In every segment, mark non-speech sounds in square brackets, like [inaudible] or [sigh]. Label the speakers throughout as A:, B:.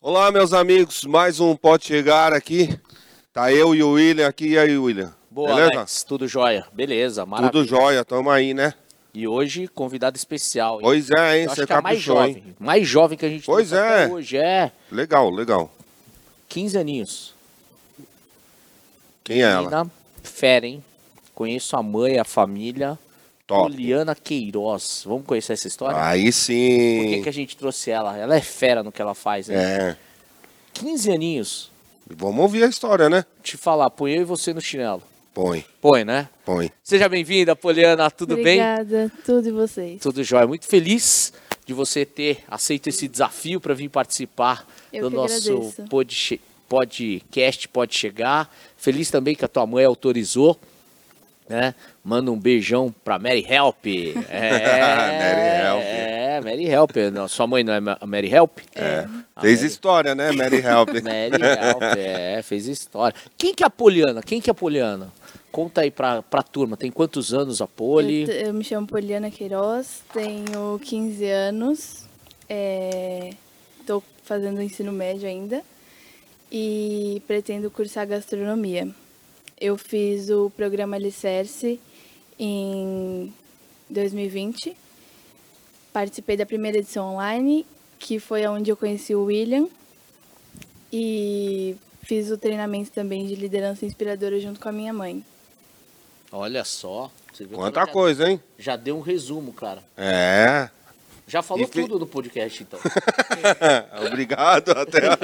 A: Olá, meus amigos, mais um Pode Chegar aqui. Tá eu e o William aqui. E aí, William?
B: Boa,
A: Beleza?
B: Alex, tudo jóia? Beleza, maravilha.
A: Tudo jóia, tamo aí, né?
B: E hoje, convidado especial. hein?
A: Pois é, hein?
B: Eu acho
A: Você
B: que é a mais
A: caprichou,
B: jovem,
A: hein?
B: mais jovem que a gente
A: Pois
B: trouxe até
A: é.
B: hoje, é
A: Legal, legal.
B: 15 aninhos.
A: Quem é ela?
B: Menina fera, hein? Conheço a mãe, a família,
A: Top.
B: Juliana Queiroz. Vamos conhecer essa história?
A: Aí
B: Por que,
A: sim.
B: que a gente trouxe ela? Ela é fera no que ela faz, né?
A: É.
B: 15 aninhos,
A: Vamos ouvir a história, né?
B: te falar, põe eu e você no chinelo.
A: Põe,
B: Põe, né?
A: põe.
B: Seja bem-vinda, Poliana, tudo bem?
C: Obrigada, tudo e vocês.
B: Tudo jóia. Muito feliz de você ter aceito esse desafio para vir participar
C: Eu
B: do
C: que
B: nosso
C: agradeço.
B: pod che- podcast Pode Chegar. Feliz também que a tua mãe autorizou. Né? Manda um beijão pra Mary Help. É,
A: [laughs] Mary Help.
B: É, Mary Help. Não, sua mãe não é Ma- Mary Help? É.
A: Fez história, né,
B: [laughs]
A: Mary Help?
B: Mary Help, é, fez história. Quem que é a Poliana? Quem que é a Poliana? Conta aí pra, pra turma, tem quantos anos a
C: Eu,
B: Poli?
C: t- eu me chamo Poliana Queiroz, tenho 15 anos, estou fazendo ensino médio ainda e pretendo cursar gastronomia. Eu fiz o programa Alicerce em 2020, participei da primeira edição online, que foi onde eu conheci o William e fiz o treinamento também de liderança inspiradora junto com a minha mãe.
B: Olha só. Você viu
A: Quanta
B: como é já-
A: coisa, hein?
B: Já deu um resumo, cara.
A: É. [laughs]
B: Já falou
A: E que-
B: tudo no podcast,
A: [laughs]
B: então.
A: Obrigado. Até...
B: [laughs]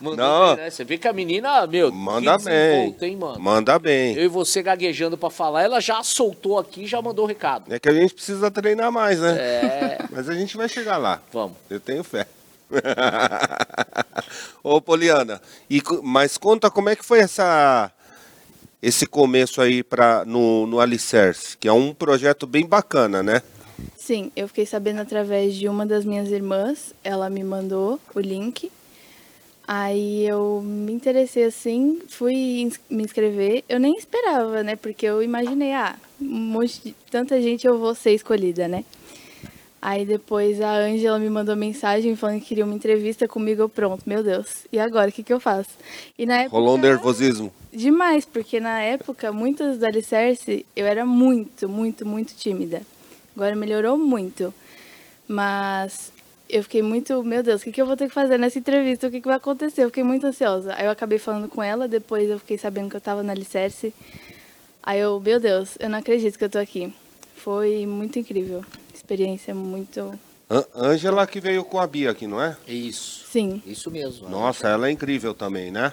B: Mandou
A: Não.
B: bem, né? Você vê que a menina, meu,
A: Manda
B: que
A: bem.
B: desenvolta, hein, mano?
A: Manda bem.
B: Eu e você gaguejando pra falar, ela já soltou aqui e já mandou o recado.
A: É que a gente precisa treinar mais, né?
B: É,
A: [laughs] Mas a gente vai chegar lá.
B: vamos.
A: Eu tenho fé. [laughs] Ô, Poliana, e, co- mas conta como é que foi essa, esse começo aí pra, no, no Alicerce, que é um projeto bem bacana, né?
C: Sim, eu fiquei sabendo através de uma das minhas irmãs, ela me mandou o link. Aí eu me interessei assim, fui ins- me inscrever. Eu nem esperava, né? Porque eu imaginei, ah, um monte de tanta gente eu vou ser escolhida, né? Aí depois a Ângela me mandou mensagem falando que queria uma entrevista comigo. Eu, pronto, meu Deus. E agora, o que, que eu faço? E na época.
A: Rolou um nervosismo.
C: Demais, porque na época, muitas do Alicerce, eu era muito, muito, muito tímida. Agora melhorou muito. Mas eu fiquei muito, meu Deus, o que, que eu vou ter que fazer nessa entrevista? O que, que vai acontecer? Eu fiquei muito ansiosa. Aí eu acabei falando com ela, depois eu fiquei sabendo que eu tava na Alicerce. Aí eu, meu Deus, eu não acredito que eu tô aqui. Foi muito incrível. Experiência muito.
A: Ã- Ângela que veio com a Bia aqui, não é?
B: Isso.
C: Sim,
B: Isso mesmo. né?
A: Nossa, ela é incrível também, né?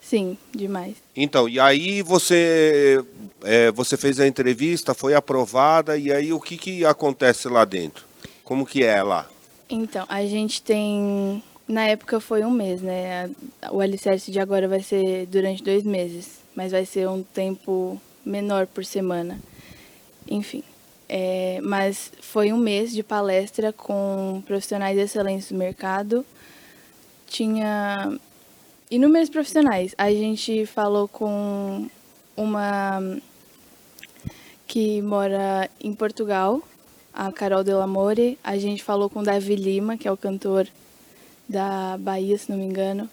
C: sim, demais.
A: Então, e aí você, é, você fez a entrevista, foi aprovada, e aí o que, que acontece lá dentro? Como que é lá?
C: Então, a gente tem. Na época foi um mês, né? A- O alicerce de agora vai ser durante dois meses, mas vai ser um tempo menor por semana. Enfim. é, mas foi um mês de palestra com profissionais excelentes do mercado. Tinha inúmeros profissionais. A gente falou com uma que mora em Portugal, a Carol Delamore. A gente falou com o Davi Lima, que é o cantor da Bahia, se não me engano.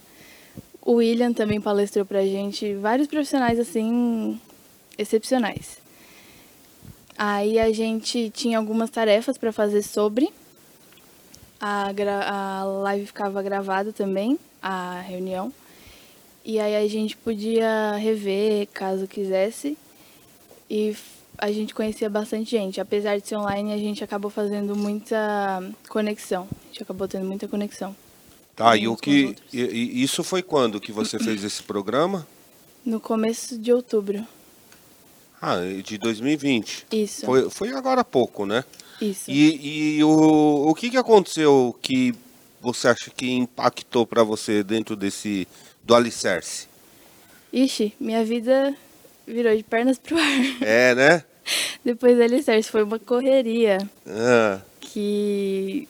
C: O William também palestrou pra gente. Vários profissionais, assim, excepcionais. Aí a gente tinha algumas tarefas para fazer sobre. A, gra- a live ficava gravada também, a reunião. E aí a gente podia rever caso quisesse. E f- a gente conhecia bastante gente. Apesar de ser online, a gente acabou fazendo muita conexão. A gente acabou tendo muita conexão.
A: Tá, e
C: Uns
A: o
C: com
A: que.
C: os outros.
A: e- e isso foi quando que você fez esse programa?
C: No começo de outubro.
A: Ah, de 2020.
C: Isso.
A: Foi, foi agora há pouco, né?
C: Isso.
A: E, e o, o que, que aconteceu que você acha que impactou para você dentro desse. do
C: [laughs]
A: alicerce?
C: Ixi, minha vida virou de pernas pro ar. [laughs]
A: É, né?
C: Depois da alicerce foi uma correria
A: Ah,
C: que.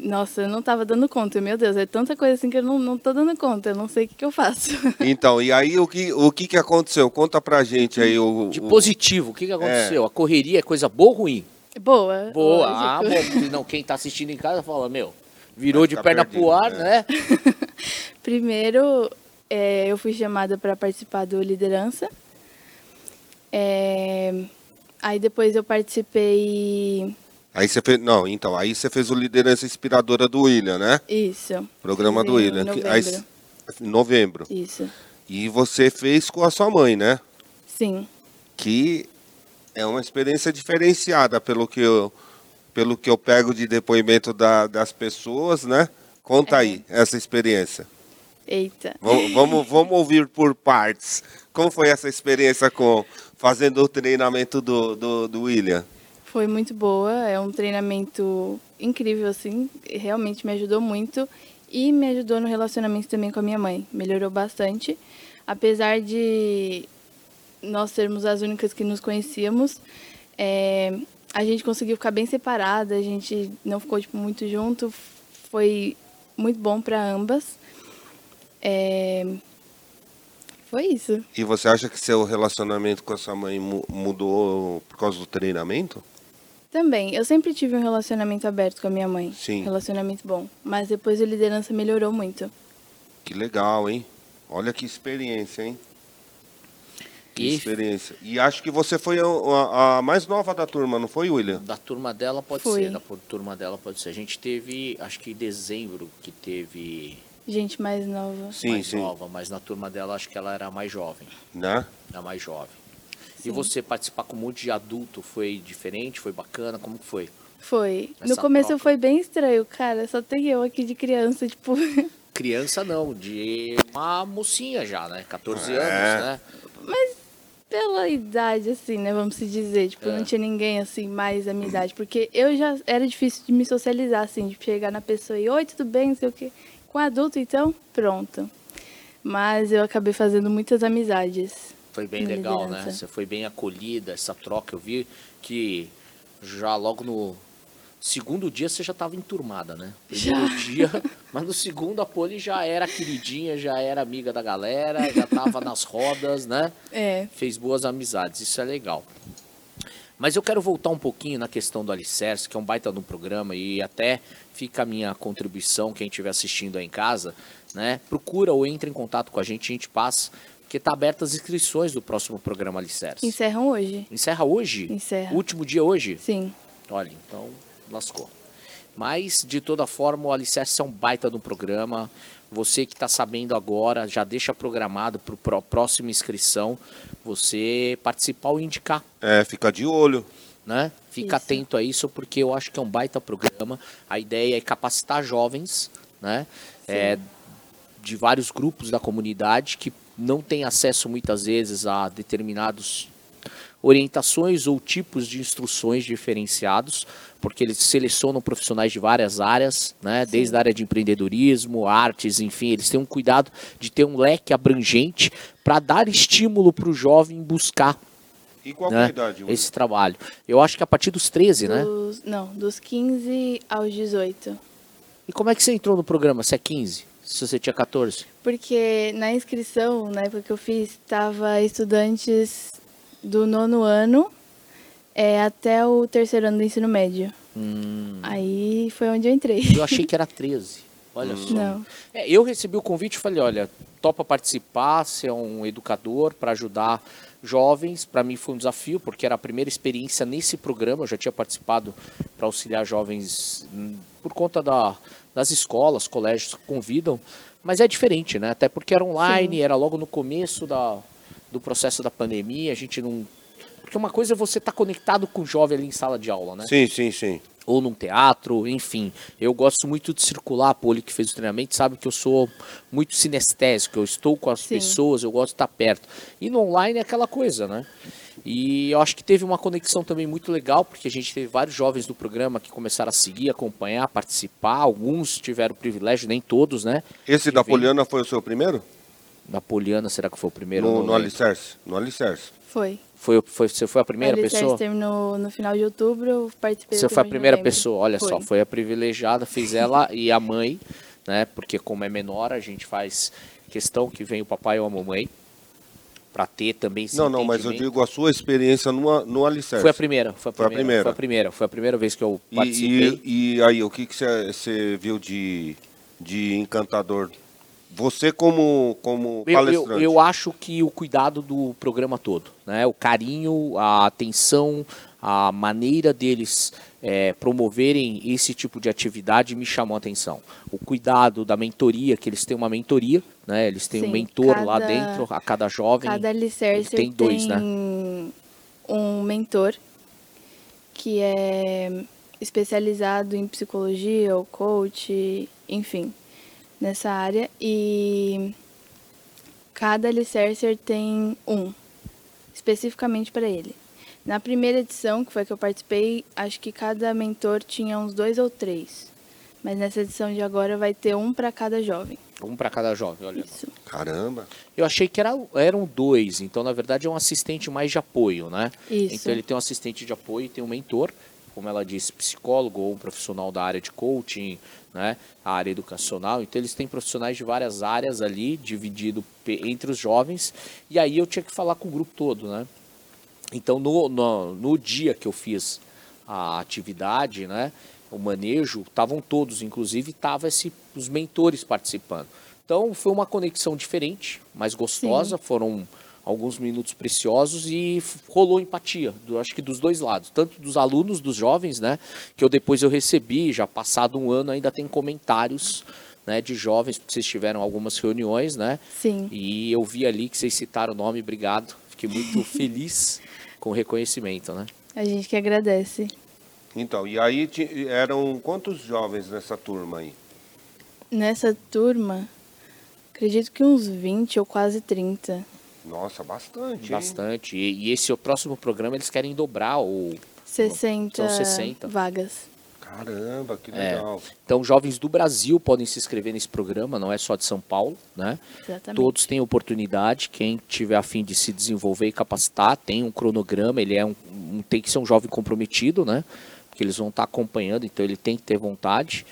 C: Nossa, eu não tava dando conta. Meu Deus, é tanta coisa assim que eu não, não tô dando conta. Eu não sei o que, que eu faço. [laughs]
A: Então, e aí o que, o que, que aconteceu? Conta pra gente aí o.
B: De
A: o-
C: Tipo,
B: positivo, o que, que aconteceu? A correria é coisa boa ou ruim?
C: Boa.
B: Boa. Ah, [laughs]
C: lógico.
B: bom, não, quem tá assistindo em casa fala, meu, Virou
A: Vai
B: de
A: ficar
B: perna pro
A: perdido,
B: ar, né?
A: né?
C: [laughs] Primeiro, é, eu fui chamada para participar do Liderança. É, aí depois eu participei.
A: Aí você fez. Não, então, aí você fez o liderança inspiradora do William, né?
C: Isso.
A: Programa do
C: Em
A: William. que- aí-
C: novembro.
A: novembro.
C: Isso.
A: E você fez com a sua mãe, né?
C: Sim.
A: Que é uma experiência diferenciada pelo que eu, pelo que eu pego de depoimento da- das pessoas, né? Conta aí essa experiência.
C: Eita.
A: Vamos, vamos, vamos ouvir por partes. Como foi essa experiência com fazendo o treinamento do, do, do William?
C: Foi muito boa, é um treinamento incrível, assim, realmente me ajudou muito e me ajudou no relacionamento também com a minha mãe, melhorou bastante. Apesar de nós sermos as únicas que nos conhecíamos, é, a gente conseguiu ficar bem separada, a gente não ficou tipo, muito junto, foi muito bom para ambas. É, foi isso.
A: E você acha que seu relacionamento com a sua mãe mu- mudou por causa do treinamento?
C: Também, eu sempre tive um relacionamento aberto com a minha mãe.
A: Sim.
C: Relacionamento bom. Mas depois a liderança melhorou muito.
A: Que legal, hein? Olha que experiência, hein? Que
B: E
A: experiência. E acho que você foi a, a- a mais nova da turma, não foi, William?
B: da turma dela pode
C: Foi.
B: ser, da por- turma dela pode ser. A gente teve, acho que em dezembro que teve
C: Gente mais nova.
A: Sim,
B: mais
A: sim.
B: nova, mas na turma dela acho que ela era a mais jovem.
A: Né?
B: Era a mais jovem. E
C: Sim.
B: você participar com um monte de adulto foi diferente, foi bacana, como que foi?
C: Foi.
B: Essa
C: no começo
B: troca.
C: foi bem estranho, cara. Só tem eu aqui de criança, tipo. [laughs]
B: Criança não, de uma mocinha já, né? 14
A: É.
B: anos, né?
C: pela idade, assim, né? Vamos se dizer. Tipo,
B: É.
C: não tinha ninguém, assim, mais da minha idade. Porque eu já era difícil de me socializar, assim, de chegar na pessoa e, oi, tudo bem, não sei o quê. Com adulto, então, pronto. Mas eu acabei fazendo muitas amizades.
B: Foi bem
C: na
B: legal, né?
C: liderança.
B: Você foi bem acolhida, essa troca. Eu vi que já logo no segundo dia você já estava enturmada, né? Primeiro dia, [laughs] mas no segundo a Poli já era queridinha, já era amiga da galera, já estava nas rodas, né?
C: É,
B: Fez boas amizades, isso é legal. Mas eu quero voltar um pouquinho na questão do Alicerce, que é um baita de um programa e até fica a minha contribuição, quem estiver assistindo aí em casa, né? Procura ou entra em contato com a gente, a gente passa, porque tá aberta as inscrições do próximo programa Alicerce.
C: encerram hoje.
B: Encerra hoje?
C: Encerra.
B: Último dia hoje?
C: Sim.
B: Olha, então lascou. Mas, de toda forma, o Alicerce é um baita de um programa. Você que está sabendo agora, já deixa programado para a próxima inscrição você participar ou indicar.
A: É, fica de olho.
B: Né? Fica
C: Isso.
B: atento a isso, porque eu acho que é um baita programa. A ideia é capacitar jovens né? É, de vários grupos da comunidade que não têm acesso muitas vezes a determinados orientações ou tipos de instruções diferenciados, porque eles selecionam profissionais de várias áreas, né? desde a área de empreendedorismo, artes, enfim, eles têm um cuidado de ter um leque abrangente para dar estímulo para o jovem buscar
A: E qual é
B: né,
A: a idade, William?
B: esse trabalho. Eu acho que a partir dos 13, né?
C: Dos, Não, dos 15 aos 18.
B: E como é que você entrou no programa? Se é 15? Se você tinha 14?
C: Porque na inscrição, na época que eu fiz, estava estudantes do nono ano é, até o terceiro ano do ensino médio.
B: Hum.
C: Aí foi onde eu entrei. [laughs]
B: Eu achei que era 13. Olha
A: Hum.
B: só.
C: Não.
B: É, eu recebi o convite e falei, olha, topa participar, ser um educador para ajudar jovens. Para mim foi um desafio, porque era a primeira experiência nesse programa. Eu já tinha participado para auxiliar jovens hum, por conta da- das escolas, colégios que convidam. Mas é diferente, né? Até porque era online, era logo no começo da- do processo da pandemia. A gente não... Porque uma coisa é você estar conectado com o jovem ali em sala de aula, né?
A: Sim, sim, sim.
B: ou num teatro, enfim. Eu gosto muito de circular, a Poli que fez o treinamento sabe que eu sou muito sinestésico, eu estou com as
C: Sim.
B: pessoas, eu gosto de estar perto. E no online é aquela coisa, né? E eu acho que teve uma conexão também muito legal, porque a gente teve vários jovens do programa que começaram a seguir, acompanhar, participar. Alguns tiveram o privilégio, nem todos, né?
A: Esse da Poliana foi o seu primeiro?
B: Da Poliana, será que foi o primeiro? Eu
A: No,
B: não
A: no
B: lembro.
A: Alicerce? No Alicerce.
C: Foi.
B: foi, foi, você foi a primeira
C: a Alicerce
B: pessoa?
C: terminou no final de outubro, eu participei
B: Você
C: do
B: foi a
C: primeiro de
B: primeira
C: novembro.
B: pessoa, olha só, foi a privilegiada, fez ela e a mãe, né? Porque como é menor, a gente faz questão que vem o papai ou a mamãe. para ter também esse
A: Não, não, mas eu
B: entendimento.
A: digo a sua experiência no, no Alicerce.
B: Foi a primeira, foi a
A: Foi a
B: primeira,
A: primeira.
B: Foi a primeira, foi a primeira vez que eu
A: E-
B: participei.
A: E, e aí, o que que você você viu de, de encantador? Você como, como
B: Eu- eu,
A: palestrante.
B: eu acho que o cuidado do programa todo, né? O carinho, a atenção, a maneira deles é, promoverem esse tipo de atividade me chamou a atenção. O cuidado da mentoria, que eles têm uma mentoria, né? Eles têm um
C: Sim,
B: mentor lá
C: cada-
B: dentro, a cada jovem.
C: Cada alicerce
B: tem
C: tem,
B: dois, né?
C: um mentor que é especializado em psicologia ou coach, enfim, nessa área. E cada alicercer tem um, especificamente para ele. Na primeira edição, que foi a que eu participei, acho que cada mentor tinha uns dois ou três. Mas nessa edição de agora vai ter um para cada jovem.
B: Um para cada jovem, olha.
C: Isso.
A: Caramba.
B: Eu achei que era, eram dois, então na verdade é um assistente mais de apoio, né?
C: Isso.
B: Então ele tem um assistente de apoio e tem um mentor, como ela disse, psicólogo ou um profissional da área de coaching, né? A área educacional. Então eles têm profissionais de várias áreas ali, dividido pe- entre os jovens. E aí eu tinha que falar com o grupo todo, né? Então, no, no, no dia que eu fiz a atividade, né, o manejo, estavam todos, inclusive estavam os mentores participando. Então, foi uma conexão diferente, mas gostosa. Foram alguns minutos preciosos e f- rolou empatia, do, acho que dos dois lados, tanto dos alunos, dos jovens, né, que eu depois eu recebi, já passado um ano, ainda tem comentários, né, de jovens, porque vocês tiveram algumas reuniões, né,
C: Sim.
B: e eu vi ali que vocês citaram o nome, obrigado. Fiquei muito feliz com o reconhecimento, né?
C: A gente que agradece.
A: Então, e aí ti- eram quantos jovens nessa turma aí?
C: Nessa turma, acredito que uns 20 ou quase 30.
A: Nossa, bastante. hein?
B: Bastante. E, e esse é o próximo programa, eles querem dobrar o.
C: 60,
B: São 60.
C: vagas.
A: Caramba, que legal.
B: Então, jovens do Brasil podem se inscrever nesse programa, não é só de São Paulo, né?
C: Exatamente.
B: Todos têm oportunidade. Quem tiver a fim de se desenvolver e capacitar, tem um cronograma, ele é um, um- tem que ser um jovem comprometido, né? Porque eles vão estar acompanhando, então ele tem que ter vontade.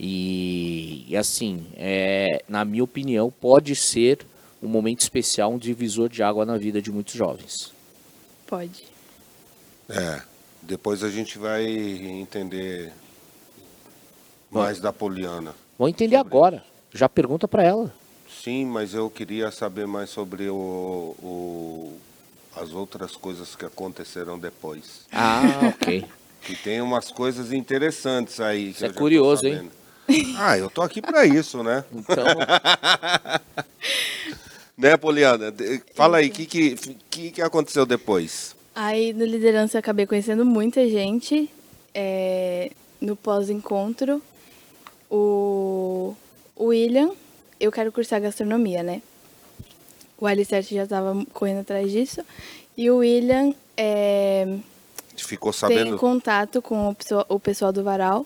B: E, e assim, é, na minha opinião, pode ser um momento especial, um divisor de água na vida de muitos jovens.
C: Pode.
A: É. Depois a gente vai entender mais da Poliana.
B: Vão entender
A: Sobre
B: agora. Já pergunta para ela.
A: Sim, mas eu queria saber mais sobre o, o- as outras coisas que aconteceram depois.
B: Ah, ok.
A: Que tem umas coisas interessantes aí. que
B: Você é
A: eu já tô
B: curioso, hein?
A: sabendo. Ah, eu tô aqui para isso,
B: [laughs]
A: né?
B: [laughs] Então,
A: Né, Poliana? De- Fala aí, o que, que, que, que aconteceu depois?
C: Aí no liderança eu acabei conhecendo muita gente. é, no pós-encontro, o o William, eu quero cursar gastronomia, né? O Alicerce já estava correndo atrás disso. E o William é,
A: Ficou
C: tem
A: sabendo?
C: contato com o pessoal- o pessoal do Varal.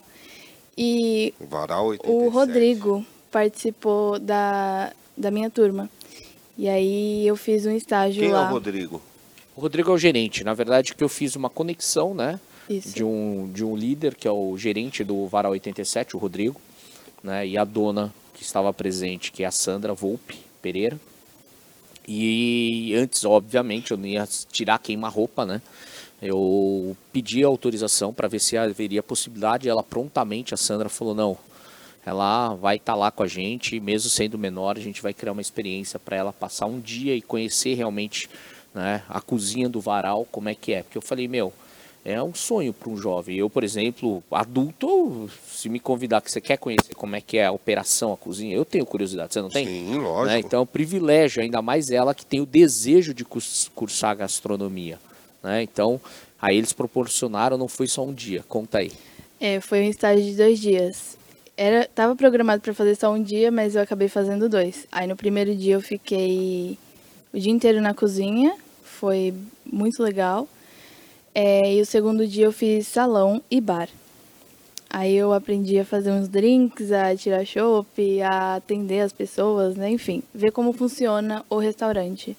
C: E
A: Varal 87.
C: O Rodrigo participou da, da minha turma. E aí eu fiz um estágio
A: Quem é
C: lá.
A: o Rodrigo?
B: o Rodrigo é o gerente. Na verdade, que eu fiz uma conexão, né?
C: Isso.
B: de um, de um líder, que é o gerente do Varal 87, o Rodrigo, né, e a dona que estava presente, que é a Sandra Volpe Pereira. E antes, obviamente, eu não ia tirar queima-roupa, né? Eu pedi autorização para ver se haveria possibilidade. Ela prontamente, a Sandra falou: não, ela vai estar lá com a gente, mesmo sendo menor, a gente vai criar uma experiência para ela passar um dia e conhecer realmente né, a cozinha do varal, como é que é. Porque eu falei, meu, é um sonho para um jovem. Eu, por exemplo, adulto, se me convidar que você quer conhecer como é que é a operação, a cozinha, eu tenho curiosidade, você não tem?
A: Sim,
B: né?
A: lógico.
B: Então é um privilégio, ainda mais ela que tem o desejo de cus- cursar gastronomia. né? Então, aí eles proporcionaram, não foi só um dia. Conta aí.
C: É, foi um estágio de dois dias. Era, tava programado para fazer só um dia, mas eu acabei fazendo dois. Aí no primeiro dia eu fiquei o dia inteiro na cozinha, foi muito legal. É, e o segundo dia eu fiz salão e bar. Aí eu aprendi a fazer uns drinks, a tirar chopp, a atender as pessoas, né? Enfim, ver como funciona o restaurante.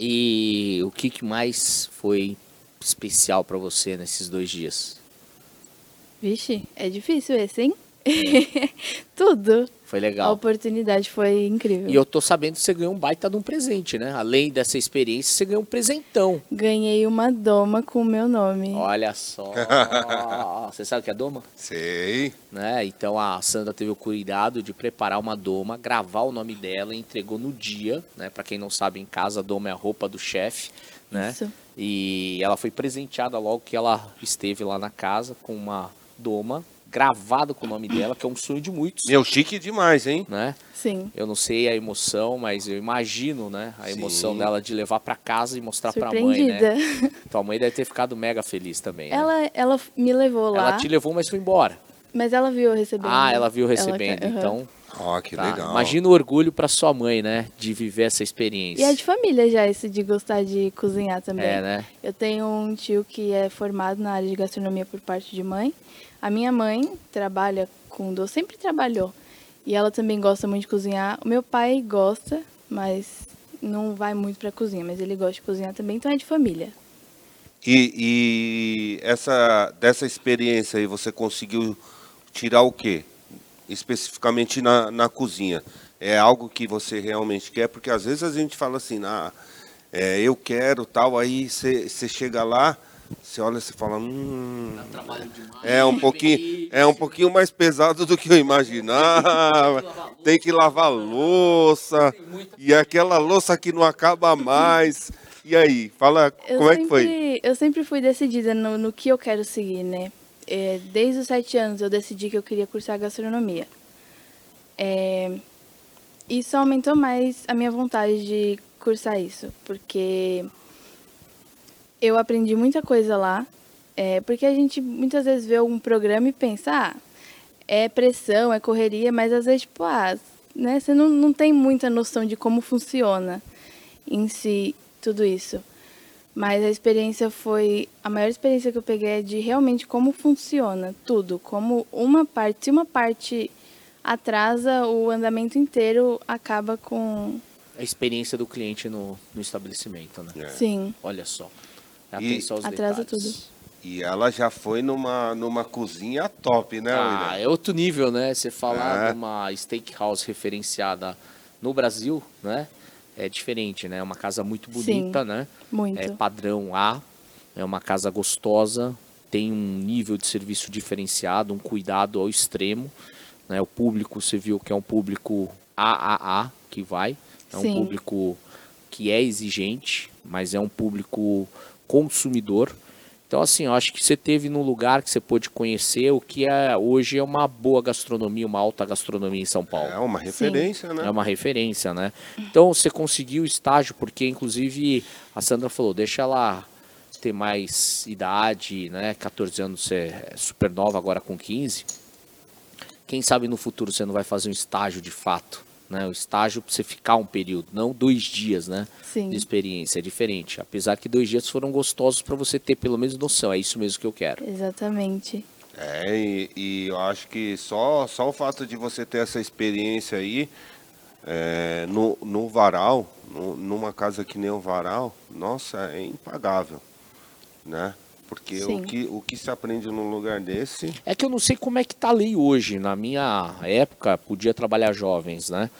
B: E o que, que mais foi especial para você nesses dois dias?
C: Vixe, é difícil esse, hein? [laughs] Tudo.
B: Foi
C: A
B: legal.
C: oportunidade foi incrível.
B: E eu tô sabendo que você ganhou um baita de um presente, né? Além dessa experiência, você ganhou um presentão.
C: Ganhei uma doma com o meu nome.
B: Olha só. você sabe o que é doma?
A: Sei.
B: né? Então a Sandra teve o cuidado de preparar uma doma, gravar o nome dela e entregou no dia, né? Para quem não sabe, em casa a doma é a roupa do chefe, né?
C: Isso.
B: E ela foi presenteada logo que ela esteve lá na casa com uma doma gravada com o nome dela, que é um sonho de muitos,
A: Meu, chique demais, hein?
B: né?
C: Sim.
B: Eu não sei a emoção, mas eu imagino, né? A emoção
A: Sim.
B: dela de levar para casa e mostrar para a mãe,
C: Surpreendida.
B: né? Tua mãe deve ter ficado mega feliz também. né?
C: Ela, ela me levou lá,
B: ela te levou, mas foi embora.
C: mas ela viu eu recebendo.
B: Ah, ela viu recebendo.
C: aham.
B: Então,
A: Ó, que
B: Tá,
A: legal.
B: Imagina o orgulho pra sua mãe, né? De viver essa experiência.
C: E é de família já isso de gostar de cozinhar também.
B: É, né?
C: Eu tenho um tio que é formado na área de gastronomia por parte de mãe. A minha mãe trabalha com doce, sempre trabalhou. E ela também gosta muito de cozinhar. O meu pai gosta, mas não vai muito pra cozinha, mas ele gosta de cozinhar também, então é de família.
A: E, e essa, dessa experiência aí, você conseguiu tirar o quê? Especificamente na, na cozinha. É algo que você realmente quer? Porque às vezes a gente fala assim, ah, é, eu quero tal, aí você chega lá, você olha e você fala, hum, é um pouquinho, é um pouquinho mais pesado do que eu imaginava. Tem que lavar louça e aquela louça que não acaba mais. E aí, fala
C: Eu
A: como é
C: sempre,
A: que foi?
C: Eu sempre fui decidida no, no que eu quero seguir, né? É, desde os sete anos eu decidi que eu queria cursar gastronomia. É, isso aumentou mais a minha vontade de cursar isso, porque eu aprendi muita coisa lá. é, porque a gente muitas vezes vê um programa e pensa, ah, é pressão, é correria, mas às vezes, tipo, ah, né, você não, não tem muita noção de como funciona em si tudo isso. Mas a experiência foi. A maior experiência que eu peguei é de realmente como funciona tudo. Como uma parte. Se uma parte atrasa, o andamento inteiro acaba com.
B: A experiência do cliente no, no estabelecimento, né?
A: É.
C: Sim.
B: Olha só.
A: E-
B: Atenção aos
C: Atrasa
B: detalhes.
A: E ela já foi numa, numa cozinha top, né,
B: Ah,
A: William?
B: é outro nível, né? Você falar
A: É.
B: de uma steakhouse referenciada no Brasil, né? É diferente, né? É uma casa muito
C: Sim.
B: bonita, né?
C: Muito.
B: É padrão A, é uma casa gostosa, tem um nível de serviço diferenciado, um cuidado ao extremo. Né? O público, você viu que é um público AAA que vai, é
C: Sim.
B: um público que é exigente, mas é um público consumidor. Então, assim, eu acho que você teve num lugar que você pôde conhecer o que é hoje é uma boa gastronomia, uma alta gastronomia em São Paulo.
A: É uma referência, né?
B: É uma referência, né? Então você conseguiu o estágio, porque inclusive a Sandra falou, deixa ela ter mais idade, né? 14 anos você é super nova, agora com 15. Quem sabe no futuro você não vai fazer um estágio de fato, né? O estágio pra você ficar um período, não dois dias, né?
C: Sim.
B: De experiência, é diferente. Apesar que dois dias foram gostosos para você ter pelo menos noção, é isso mesmo que eu quero.
C: Exatamente.
A: É, e, e eu acho que só, só o fato de você ter essa experiência aí é, no, no varal, nu- numa casa que nem o varal, nossa, é impagável, né? Porque o
C: Sim.
A: que, o que se aprende num lugar desse,
B: É que eu não sei como é que tá a lei hoje. Na minha época, podia trabalhar jovens, né?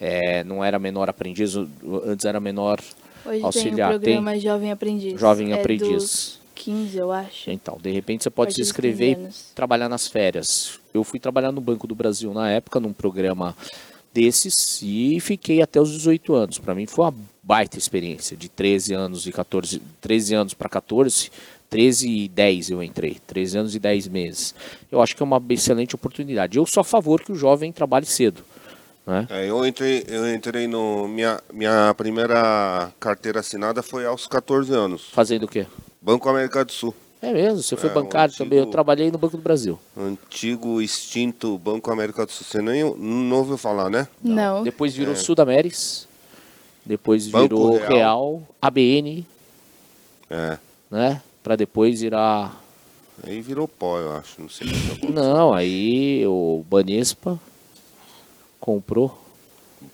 B: É, não era menor aprendiz, o- o- antes era menor
C: Hoje
B: auxiliar.
C: tem o programa Jovem Aprendiz.
B: Jovem
C: é
B: Aprendiz.
C: Dos 15, eu acho.
B: Então, de repente você pode
C: Pode
B: se
C: ir
B: inscrever e
C: escrevendo.
B: trabalhar nas férias. Eu fui trabalhar no Banco do Brasil na época, num programa desses, e fiquei até os 18 anos. Para mim foi uma baita experiência, de 13 anos e 14, 13 anos para 14, 13 e 10 eu entrei, 13 anos e 10 meses. Eu acho que é uma excelente oportunidade. Eu sou a favor que o jovem trabalhe cedo, né?
A: é, eu entrei, eu entrei no minha, minha primeira carteira assinada foi aos 14 anos,
B: Fazendo o quê?
A: Banco América do Sul.
B: É mesmo, você foi
A: É, um
B: bancário também, eu
A: antigo-
B: trabalhei no Banco do Brasil.
A: Antigo extinto Banco América do Sul. Você nem, não ouviu falar, né?
C: Não.
B: Depois virou Sudameris, depois
A: É. Banco
B: virou
A: Real.
B: Real, ABN,
A: É.
B: né? Pra depois ir a.
A: Aí virou pó, eu acho. Não sei o que aconteceu.
B: Não, aí o Banespa comprou,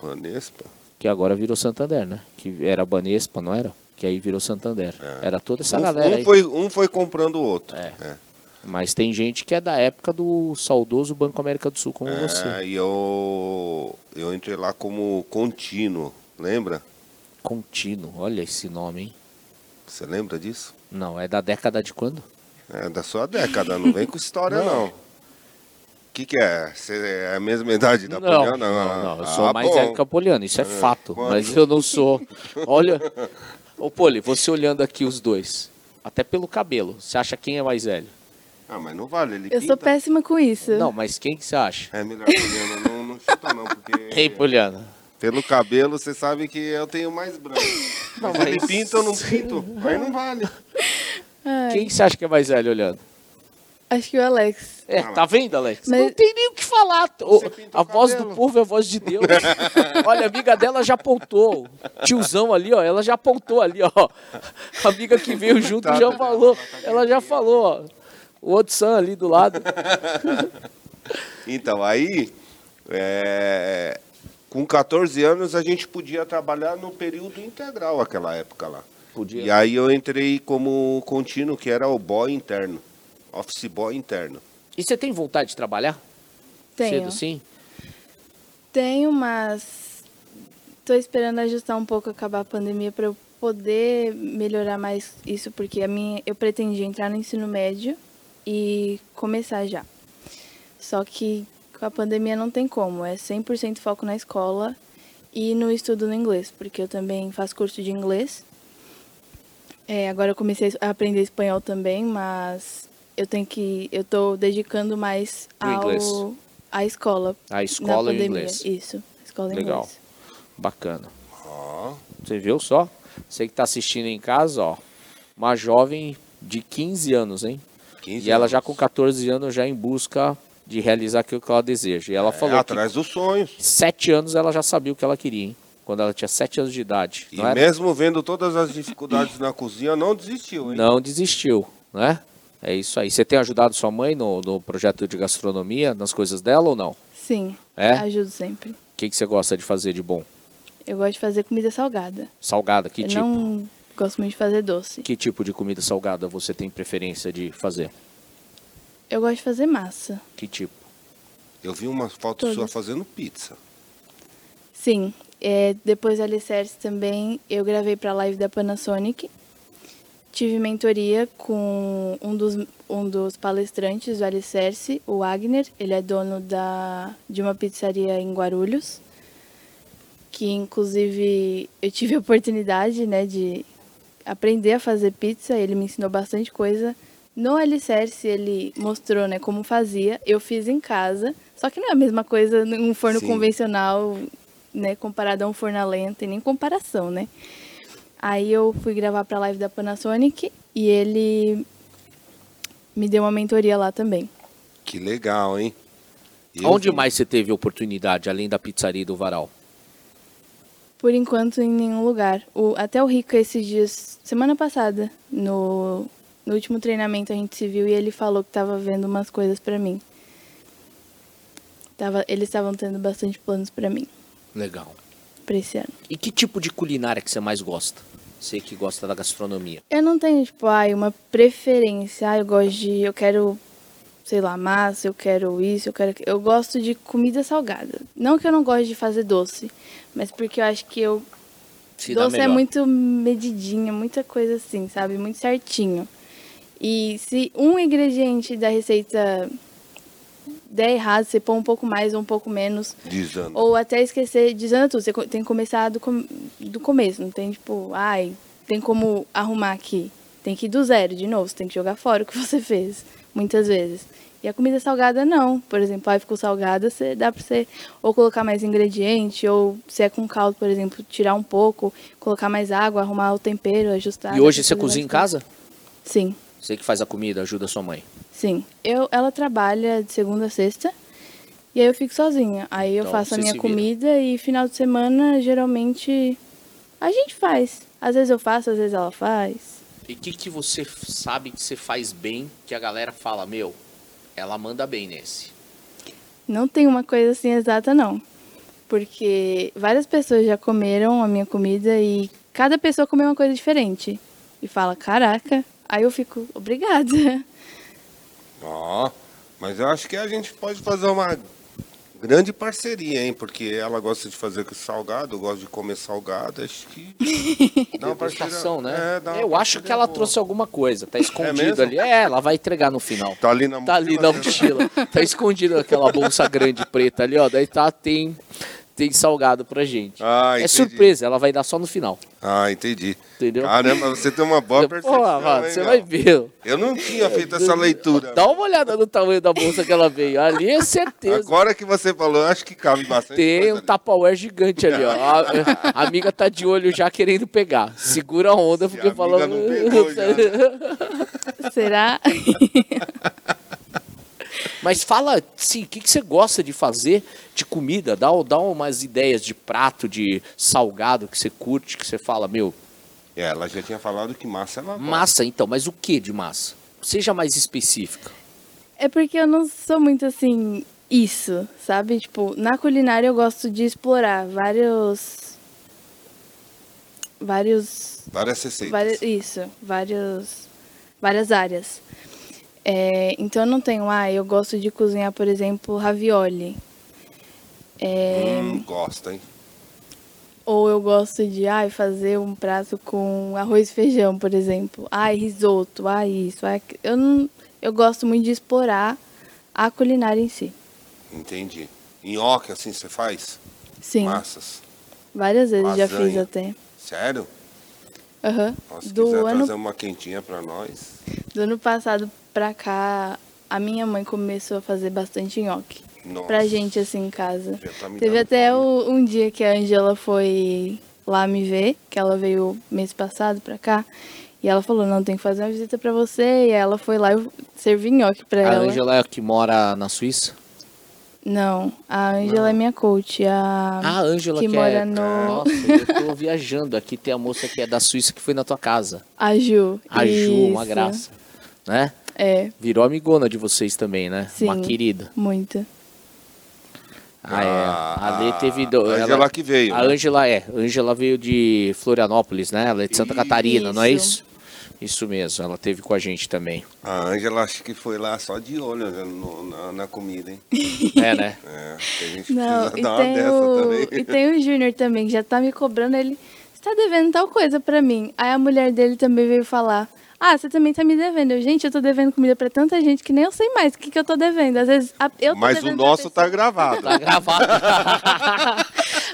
A: Banespa.
B: que agora virou Santander, né? Que era Banespa, não era? Que aí virou Santander. Era toda essa
A: Um,
B: galera
A: um
B: aí.
A: foi, um foi comprando o outro.
B: É.
A: É.
B: Mas tem gente que é da época do saudoso Banco América do Sul, como
A: É,
B: você.
A: E eu, eu entrei lá como contínuo, lembra?
B: Contínuo, olha esse nome, hein?
A: Você lembra disso?
B: Não, é da década de quando?
A: É da sua década, não vem com
B: [laughs]
A: história, não. O que, que é? Você é a mesma idade da
B: não,
A: Poliana?
B: não, não, eu
A: Ah,
B: sou mais
A: bom.
B: Hélio Capoliano, isso é, fato.
A: quando?
B: Mas eu não sou. Olha. Ô, Poli, você olhando aqui os dois, até pelo cabelo, você acha quem é mais velho?
A: Ah, mas não vale, ele
C: Eu
A: pinta.
C: sou péssima com isso.
B: então. Não, mas quem que você acha?
A: É melhor, Poliana, não, não chuta não,
B: [laughs]
A: porque...
B: Ei, Poliana.
A: Pelo cabelo, você sabe que eu tenho mais branco.
B: [laughs] Não,
A: mas ele
B: mas-
A: pinta ou não pinto, aí não vale.
C: Ai,
B: Quem que você acha que é mais velho olhando?
C: Acho que o Alex.
B: É, tá vendo, Alex?
C: Mas-
B: Não tem nem o que falar. O-
A: Você pinta o
B: a voz do
A: cabelo.
B: povo é a voz
A: [laughs]
B: de Deus. Olha, a amiga dela já apontou. Tiozão ali, ó. Ela já apontou ali, ó. A amiga que veio junto
A: Coitada
B: já
A: dela,
B: falou.
A: ela tá
B: Ela já falou, ó. O outro Sam ali do lado.
A: Então, aí, é, com 14 anos, a gente podia trabalhar no período integral, aquela época lá.
B: Podia.
A: E aí eu entrei como contínuo, que era o boy interno, office boy interno.
B: E você tem vontade de trabalhar?
C: Tenho.
B: Cedo, sim?
C: Tenho, mas tô esperando ajustar um pouco acabar a pandemia para eu poder melhorar mais isso, porque a minha eu pretendia entrar no ensino médio e começar já. Só que com a pandemia não tem como, é 100% foco na escola e no estudo no inglês, porque eu também faço curso de inglês. É, agora eu comecei a aprender espanhol também, mas eu tenho que eu tô dedicando mais
B: Pro inglês.
C: ao, à escola,
B: A escola
C: na
B: e o
C: pandemia.
B: inglês.
C: Isso, a escola e o
B: Legal.
C: inglês.
B: Bacana.
A: Ó,
B: Você viu só? Você que tá assistindo em casa, ó. Uma jovem de 15 anos, hein?
A: 15
B: E ela
A: anos.
B: já com 14 anos, já em busca de realizar aquilo que ela deseja. E ela
A: É,
B: falou
A: atrás dos sonhos.
B: que 7 anos ela já sabia o que ela queria, hein? Quando ela tinha 7 anos de idade.
A: E
B: Não, era?
A: mesmo vendo todas as dificuldades na cozinha, não desistiu, hein?
B: não desistiu, né? É isso aí. Você tem ajudado sua mãe no, no projeto de gastronomia, nas coisas dela ou não? O
C: Sim,
B: É?
C: ajudo sempre.
B: que, que você gosta de fazer de bom?
C: Eu gosto de fazer comida salgada.
B: Salgada, que
C: eu
B: tipo?
C: não gosto muito de fazer doce.
B: Que tipo de comida salgada você tem preferência de fazer?
C: Eu gosto de fazer massa.
B: Que tipo?
A: Eu vi uma foto
C: Todas.
A: sua fazendo pizza.
C: Sim, é, depois do Alicerce também eu gravei para a live da Panasonic. Tive mentoria com um dos, um dos palestrantes do Alicerce, o Wagner. Ele é dono da, de uma pizzaria em Guarulhos. Que, inclusive, eu tive a oportunidade né, de aprender a fazer pizza. Ele me ensinou bastante coisa. No Alicerce, ele mostrou né, como fazia. Eu fiz em casa. Só que não é a mesma coisa num forno
A: Sim.
C: convencional, né, comparado a um forno a lenha. Não tem nem comparação, né? Aí eu fui gravar pra live da Panasonic e ele me deu uma mentoria lá também.
A: Que legal, hein? Eu
B: Onde
A: vi-
B: mais você teve oportunidade, além da pizzaria e do varal?
C: Por enquanto, em nenhum lugar. O- até o Rica, esses dias, semana passada, no, no último treinamento a gente se viu e ele falou que tava vendo umas coisas pra mim. Tava, eles estavam tendo bastante planos pra mim,
B: Legal.
C: pra esse ano.
B: E que tipo de culinária que você mais gosta? Você que gosta da gastronomia.
C: Eu não tenho, tipo, ai, uma preferência. Ah, eu gosto de. Eu quero, sei lá, massa, eu quero isso, eu quero. aquilo. Eu gosto de comida salgada. Não que eu não goste de fazer doce, mas porque eu acho que eu.
B: Se dá
C: doce é
B: melhor.
C: muito medidinho, muita coisa assim, sabe? Muito certinho. E se um ingrediente da receita der errado, você põe um pouco mais ou um pouco menos,
A: Desanda.
C: ou até esquecer, dizendo tudo, você co- tem que começar do, com- do começo, não tem tipo, ai, tem como arrumar aqui. Tem que ir do zero de novo, você tem que jogar fora o que você fez, muitas vezes. E a comida salgada não, por exemplo, aí ficou salgada, você dá pra você ou colocar mais ingrediente, ou se é com caldo, por exemplo, tirar um pouco, colocar mais água, arrumar o tempero, ajustar.
B: E hoje você
C: dá pra fazer mais
B: cozinha em casa?
C: coisas. Sim.
B: Você que faz a comida, ajuda a sua mãe.
C: Sim. Eu, ela trabalha de segunda a sexta. E aí eu fico sozinha. Aí eu
B: Então,
C: faço a
B: você
C: minha
B: se vira.
C: comida e final de semana geralmente a gente faz. Às vezes eu faço, às vezes ela faz.
B: E o que, que você f- sabe que você faz bem, que a galera fala, meu, ela manda bem nesse.
C: Não tem uma coisa assim exata não. Porque várias pessoas já comeram a minha comida e cada pessoa comeu uma coisa diferente. E fala, caraca. Aí eu fico, obrigada.
A: Ó, mas eu acho que a gente pode fazer uma grande parceria, hein? Porque ela gosta de fazer com salgado, eu gosto de comer salgado, acho
B: [laughs]
A: que. dá uma
B: Degustação, né?
A: É, dá uma
B: eu acho
A: parceria
B: que ela
A: boa.
B: trouxe alguma coisa. Tá escondido
A: mesmo?
B: ali. É, ela vai entregar no final.
A: Tá ali na
B: Tá ali na
A: dela.
B: mochila. Tá escondido aquela bolsa grande preta ali, ó. Daí tá, tem, tem salgado pra gente.
A: Ah,
B: é
A: entendi.
B: surpresa, ela vai dar só no final.
A: Ah, entendi.
B: Entendeu?
A: Caramba, você tem uma boa percepção.
B: [laughs] Porra, mano,
A: hein,
B: você
A: meu?
B: vai ver.
A: Eu não tinha feito
B: [laughs]
A: essa leitura.
B: Dá um uma olhada no tamanho da bolsa que ela veio. Ali é certeza.
A: Agora que você falou, eu acho que cabe bastante.
B: Tem
A: coisa
B: um
A: ali.
B: Tupperware gigante ali, ó. A, a amiga tá de olho já querendo pegar. Segura a onda,
A: Se
B: porque
A: a amiga
B: falando.
A: não pegou já.
C: [laughs]
A: né?
C: Será?
B: [laughs] Mas fala, sim, o que, que você gosta de fazer de comida? Dá, dá umas ideias de prato, de salgado que você curte, que você fala, meu,
A: É, ela já tinha falado que massa é ela gosta.
B: massa então, mas o que de massa? Seja mais específica.
C: É porque eu não sou muito assim, isso, sabe? Tipo, na culinária eu gosto de explorar vários. Vários.
A: Várias receitas.
C: várias isso, vários, várias áreas. É, então eu não tenho, ah, eu gosto de cozinhar, por exemplo, ravioli. É,
A: Hum, gosta, hein?
C: Ou eu gosto de ai, fazer um prato com arroz e feijão, por exemplo. Ai, risoto, ai, isso. Ai, aquilo. eu, não, eu gosto muito de explorar a culinária em si.
A: Entendi. Nhoque, assim, você faz?
C: Sim,
A: Massas.
C: várias vezes já
A: lasanha.
C: fiz até.
A: Sério?
C: Aham.
A: Nossa, se quiser
C: Do,
A: trazer
C: ano,
A: uma quentinha pra nós.
C: do ano passado pra cá, a minha mãe começou a fazer bastante nhoque.
A: Nossa.
C: Pra gente, assim, em casa.
A: Já tá me
C: Teve
A: dando
C: até
A: fome.
C: o- um dia que a Angela foi lá me ver, que ela veio mês passado pra cá. E ela falou, não, tem que fazer uma visita pra você. E aí ela foi lá e eu servi nhoque pra
B: A
C: ela.
B: Angela é a que mora na Suíça?
C: Não, a Angela é minha coach. A,
B: Ah, a Ângela que,
C: que mora
B: é...
C: no-
B: Nossa, eu tô viajando. Aqui tem a moça que é da Suíça que foi na tua casa.
C: a Ju.
B: A Ju, uma
C: Isso.
B: graça. Né?
C: É,
B: Virou amigona de vocês também, né?
C: Sim.
B: Uma querida.
C: muito.
B: Ah, é. A Lê teve... do-
A: A Angela que veio.
B: A
A: né?
B: Ângela é. A Ângela veio de Florianópolis, né? Ela é de Santa Catarina, não é
C: Isso.
B: isso? Isso mesmo, ela teve com a gente também.
A: A Ângela acho que foi lá só de olho né, no- na, na comida, hein?
B: É, né?
A: É, que a gente
C: Não,
A: precisa
C: e
A: dar uma
C: tem,
A: dessa
C: o,
A: também.
C: e tem o Júnior também, que já tá me cobrando. Ele, você tá devendo tal coisa pra mim. Aí a mulher dele também veio falar: Ah, você também tá me devendo. Eu, gente, eu tô devendo comida pra tanta gente que nem eu sei mais o que, que eu tô devendo. Às vezes a, eu tô
A: Mas o
C: devendo pra
A: nosso tá
C: pessoa.
A: gravado.
B: Tá gravado.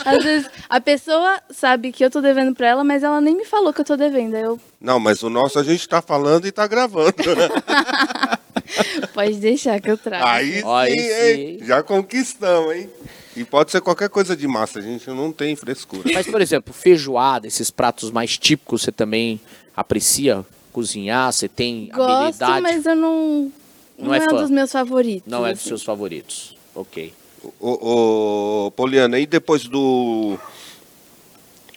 C: Às vezes a pessoa sabe que eu tô devendo pra ela, mas ela nem me falou que eu tô devendo. Aí eu, [laughs]
A: Não, mas o nosso a gente tá falando e tá
B: [laughs]
A: gravando.
C: pode deixar que eu trago.
A: Aí sim,
B: Aí
A: hein?
B: sim.
A: Já conquistamos, hein? E pode ser qualquer coisa de massa, a gente não tem frescura.
B: Mas, por exemplo, feijoada, esses pratos mais típicos, você também aprecia cozinhar? Você tem
C: Gosto,
B: habilidade?
C: mas eu não. Não,
B: Não é
C: é,
B: fã.
C: um dos meus favoritos.
B: Não é dos
C: assim.
B: seus favoritos. Ok.
A: Ô, ô, Poliana, e depois do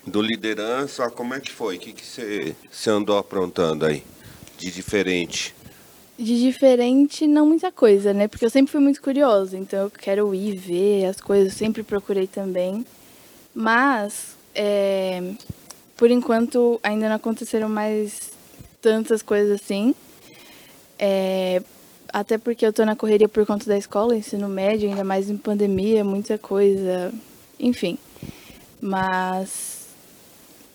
A: do liderança, como é que foi? O que que você você andou aprontando aí de diferente?
C: De diferente, não muita coisa, né? Porque eu sempre fui muito curiosa, então eu quero ir ver as coisas, eu sempre procurei também. Mas, é, por enquanto, ainda não aconteceram mais tantas coisas assim. É, até porque eu tô na correria por conta da escola, ensino médio, ainda mais em pandemia, muita coisa, enfim. Mas,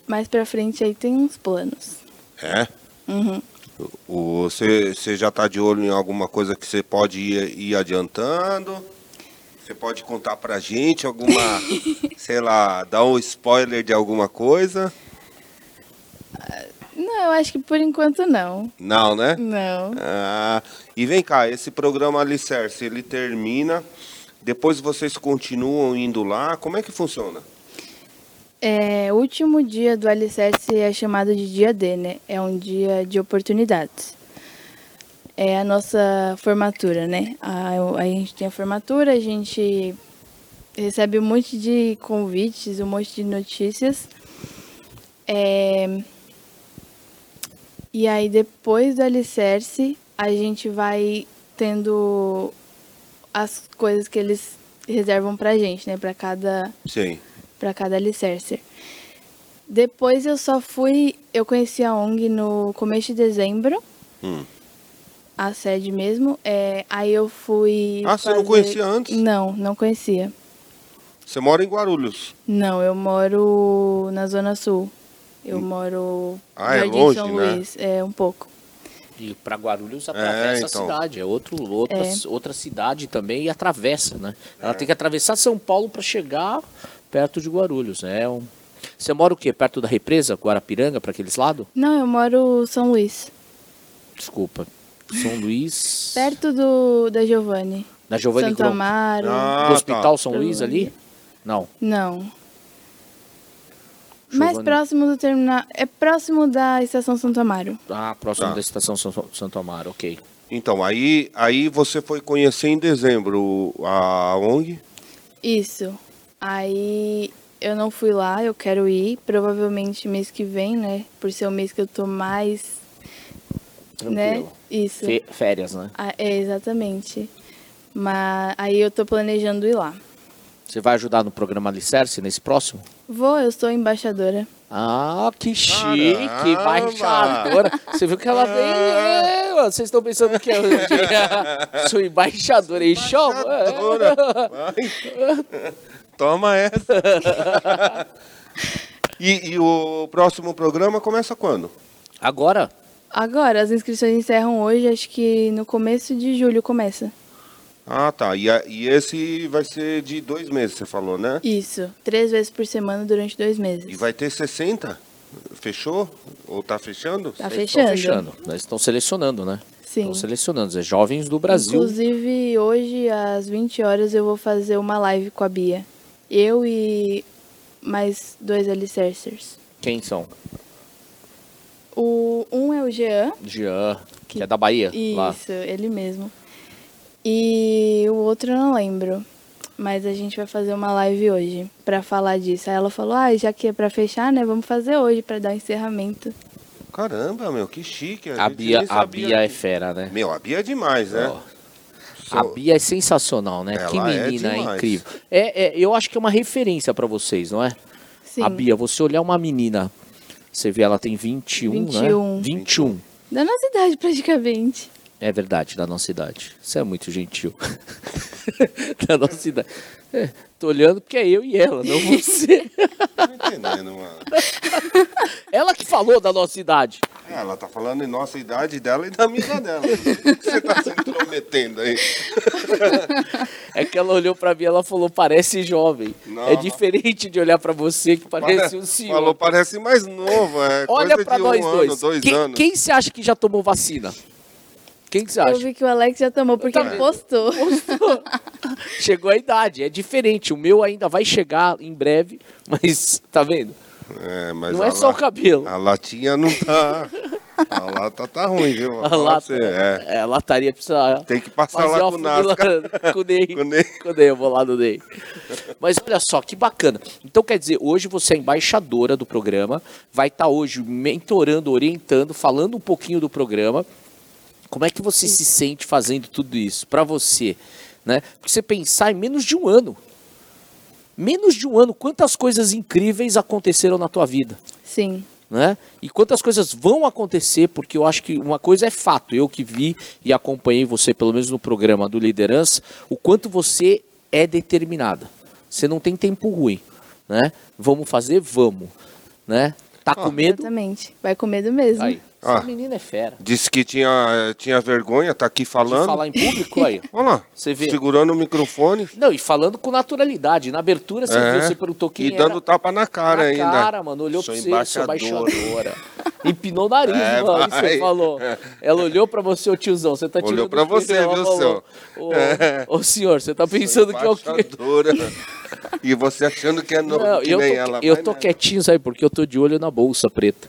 C: mais pra frente aí tem uns planos.
A: É?
C: Uhum.
A: O- Você você já tá de olho em alguma coisa que você pode ir, ir adiantando? Você pode contar pra gente alguma, sei lá, dar um spoiler de alguma coisa?
C: Não, eu acho que por enquanto não.
A: Não, né?
C: Não.
A: Ah, e vem cá, esse programa Alicerce, ele termina, depois vocês continuam indo lá, como é que funciona?
C: É, o último dia do Alicerce é chamado de dia D, né? É um dia de oportunidades. É a nossa formatura, né? A, a gente tem a formatura, a gente recebe um monte de convites, um monte de notícias. É, E aí, depois do Alicerce, a gente vai tendo as coisas que eles reservam pra gente, né? Pra cada
A: Sim.
C: para cada alicerce.
A: Hum.
C: Depois eu só fui, eu conheci a ONG no começo de dezembro. a sede mesmo. É, aí eu fui.
A: Ah, você não conhecia antes?
C: Não, não conhecia.
A: Você mora em Guarulhos.
C: Não, eu moro na Zona Sul. Eu moro
A: Hum. Ah, é
C: Jardim
A: longe,
C: São
A: né?
C: Luís, é um pouco.
B: E para Guarulhos atravessa
A: então.
B: a cidade, é outro, outra,
C: É.
B: outra cidade também e atravessa, né?
A: É.
B: Ela tem que atravessar São Paulo para chegar perto de Guarulhos, né? É um- Você mora o quê? Perto da represa Guarapiranga, para aqueles lados?
C: Não, eu moro São Luís,
B: Desculpa. São Luís.
C: perto do da Giovanni.
B: Na Giovanni
C: Santo
B: Grom.
C: Amaro.
A: Ah.
B: Do Hospital São
C: tá.
B: Luís ali? Não.
C: Não. Mais
B: Giovanni-
C: próximo do terminal. É próximo da estação Santo Amaro.
B: Ah, próximo
A: Tá.
B: da estação São- Santo Amaro, ok.
A: Então, aí, aí você foi conhecer em dezembro a ONG.
C: Isso. Aí eu não fui lá, eu quero ir. Provavelmente mês que vem, né? Por ser o mês que eu tô mais.
B: Tranquilo.
C: Né? Isso.
B: Fé- férias, né?
C: Ah, é, exatamente. Mas aí eu tô planejando ir lá.
B: Você vai ajudar no programa Alicerce nesse próximo?
C: Vou, eu sou embaixadora.
B: Ah, que chique,
A: Caramba! Ah,
B: embaixadora. Você viu que ela veio. é, mano, Vocês estão pensando que eu
A: [laughs]
B: que- sou embaixadora em show?
A: Dona, vai. [laughs] Toma essa. [laughs] E, e o próximo programa começa quando?
B: Agora,
C: Agora, as inscrições encerram hoje, acho que no começo de julho começa.
A: Ah, tá. E, a- e esse vai ser de dois meses, você falou, né?
C: Isso. Três vezes por semana durante dois meses.
A: E vai ter 60? Fechou? Ou tá fechando?
C: Tá
B: eles
C: fechando.
B: estão fechando. Eles estão selecionando, né?
C: Sim.
B: Estão selecionando. É jovens do Brasil.
C: Inclusive, hoje, às 20 horas, eu vou fazer uma live com a Bia. Eu e mais dois alicercers.
B: Quem são?
C: O, um é o Jean.
B: Jean, que,
C: Que-
B: é da Bahia. Lá.
C: Isso, ele mesmo. E o outro eu não lembro. Mas a gente vai fazer uma live hoje pra falar disso. Aí ela falou: ah, já que é pra fechar, né? Vamos fazer hoje pra dar o encerramento.
A: Caramba, meu, que chique.
B: A
A: gente
B: Bia,
A: nem
B: a
A: sabia
B: Bia é
A: que-
B: fera, né?
A: Meu, a Bia é demais, né?
B: Ó. A
A: Sou-
B: Bia é sensacional, né?
A: Ela
B: que
A: é
B: menina
A: demais.
B: incrível. É, é, eu acho que é uma referência pra vocês, não é?
C: Sim.
B: A Bia, você olhar uma menina, você vê ela tem 21,
C: 21.
B: né? 21.
C: Da nossa idade, praticamente.
B: É verdade, da nossa idade. Você é muito gentil. [laughs] da nossa idade. É, tô olhando porque é eu e ela, não você.
A: Tô entendendo, mano.
B: ela que falou da nossa idade.
A: É, Ela tá falando em nossa idade dela e da amiga dela. Por que Você tá se intrometendo aí.
B: É que ela olhou pra mim e ela falou, parece jovem.
A: Não,
B: é
A: não.
B: diferente de olhar pra você que parece um senhor.
A: Falou, parece mais novo. É
B: Olha
A: coisa
B: pra
A: de
B: nós
A: um
B: dois.
A: ano, dois
B: quem,
A: anos.
B: quem você acha que já tomou vacina? Quem que você
C: Eu
B: acha?
C: vi que o Alex já tomou porque
B: Tá
C: ele
B: vendo?
C: postou.
B: [laughs] Chegou a idade, é diferente. O meu ainda vai chegar em breve, mas tá vendo?
A: É, mas Ah,
B: Não
A: a
B: é só
A: la-
B: o cabelo.
A: A latinha não tá. A lata tá ruim, viu? Vou
B: A
A: falar pra
B: lata,
A: você, é.
B: é, a lataria precisa.
A: Tem que passar
B: fazer
A: lá
B: uma
A: com o Nasca.
B: fila
A: [laughs]
B: Com o Ney.
A: Com o Ney.
B: Com o Ney, eu vou lá no Ney. Mas olha só, que bacana. Então quer dizer, hoje você é embaixadora do programa, vai estar hoje mentorando, orientando, falando um pouquinho do programa. Como é que você se sente fazendo tudo isso pra você? Né? Porque você pensar em menos de um ano. Menos de um ano, quantas coisas incríveis aconteceram na tua vida?
C: Sim,
B: né? E quantas coisas vão acontecer, porque eu acho que uma coisa é fato, eu que vi e acompanhei você, pelo menos no programa do Liderança, o quanto você é determinada. Você não tem tempo ruim, né? Vamos fazer, vamos, né? Tá com medo?
C: exatamente. Vai com medo mesmo.
B: Aí.
A: Ah.
B: Essa menina é fera.
A: Disse que tinha, tinha vergonha, tá aqui
B: De
A: falando.
B: falar em
A: [laughs]
B: público aí.
A: Olha lá,
B: Você vê.
A: segurando o microfone.
B: Não, e falando com naturalidade. Na abertura você,
A: É.
B: viu, você perguntou quem
A: e
B: era.
A: dando tapa na cara
B: na
A: ainda.
B: cara, mano. Olhou
A: Sou
B: pra você, sou
A: embaixadora.
B: embaixadora. Empinou o
A: [laughs]
B: nariz,
A: É,
B: mano. Isso
A: vai.
B: você falou. Ela olhou pra você, ô tiozão. Você tá
A: Olhou
B: tirando o
A: pra você,
B: filho, ela
A: viu,
B: falou,
A: seu?
B: Ô,
A: [laughs] É.
B: ô, senhor, você tá [laughs] pensando que é o quê?
A: Embaixadora. E você achando que é novo,
B: [laughs] Não,
A: que
B: eu tô,
A: nem ela.
B: eu
A: mas
B: tô
A: não.
B: quietinho, sabe? Porque eu tô de olho na bolsa preta.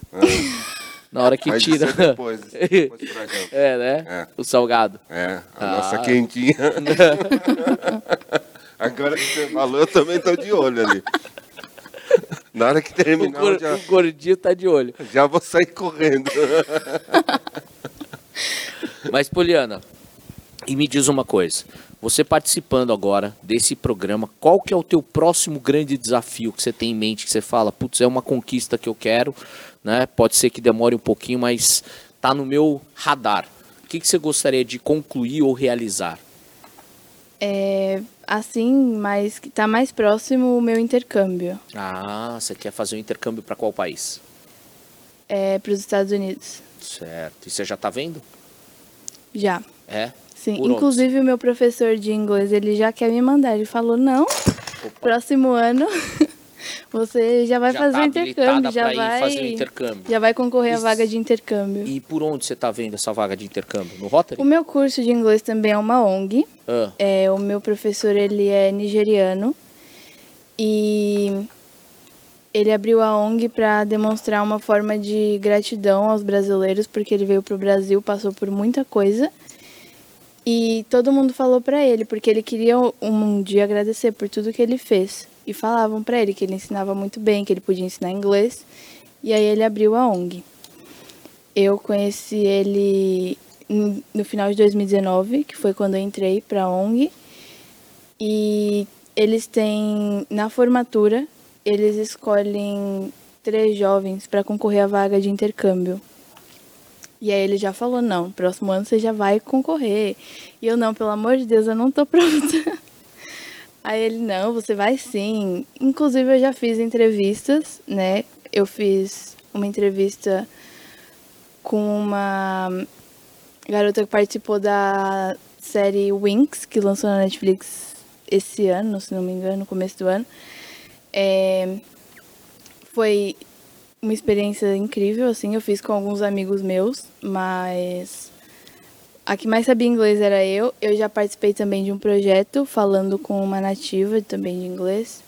B: Na hora que
A: Mas isso
B: tira.
A: é depois, isso é
B: [laughs]
A: depois pra gente.
B: É, né?
A: É.
B: O salgado.
A: É, a
B: Ah.
A: nossa
B: [laughs]
A: quentinha. Agora que você falou, eu também tô de olho ali. Na hora que
B: O,
A: terminar, eu
B: gor-
A: já,
B: o gordinho tá de olho.
A: já vou sair correndo.
B: Mas, Poliana, e me diz uma coisa. Você participando agora desse programa, qual que é o teu próximo grande desafio que você tem em mente, que você fala, putz, é uma conquista que eu quero, né? Pode ser que demore um pouquinho, mas tá no meu radar. O que, que você gostaria de concluir ou realizar?
C: É, assim, mas que está mais próximo o meu intercâmbio
B: Ah, você quer fazer um intercâmbio para qual país?
C: é, para os Estados Unidos.
B: Certo. E você já tá vendo?
C: Já.
B: É?
C: Sim.
B: Por onde?
C: Inclusive o meu professor de inglês, ele já quer me mandar. Ele falou, não, próximo ano [laughs] você já vai
B: Já
C: fazer
B: tá
C: o intercâmbio.
B: habilitada
C: Já
B: pra ir
C: vai,
B: fazer o intercâmbio.
C: já vai concorrer
B: Isso.
C: à vaga de intercâmbio.
B: E por onde você tá vendo essa vaga de intercâmbio? No Rotary?
C: O meu curso de inglês também é uma ONG.
B: Ah,
C: É, o meu professor ele é nigeriano e ele abriu a ONG para demonstrar uma forma de gratidão aos brasileiros porque ele veio pro Brasil, passou por muita coisa e todo mundo falou para ele porque ele queria um, um dia agradecer por tudo que ele fez e falavam para ele que ele ensinava muito bem, que ele podia ensinar inglês e aí ele abriu a ONG. Eu conheci ele em- no final de 2019, que foi quando eu entrei para a ONG. E eles têm, na formatura, eles escolhem três jovens para concorrer à vaga de intercâmbio. E aí ele já falou, não, próximo ano você já vai concorrer. E eu, não, pelo amor de Deus, eu não tô [laughs] pronta. Aí ele, não, você vai sim. Inclusive, eu já fiz entrevistas, né? Eu fiz uma entrevista com uma garota que participou da série Winx, que lançou na Netflix esse ano, se não me engano, no começo do ano. É, foi uma experiência incrível, assim, eu fiz com alguns amigos meus, mas a que mais sabia inglês era eu. Eu já participei também de um projeto falando com uma nativa também de inglês.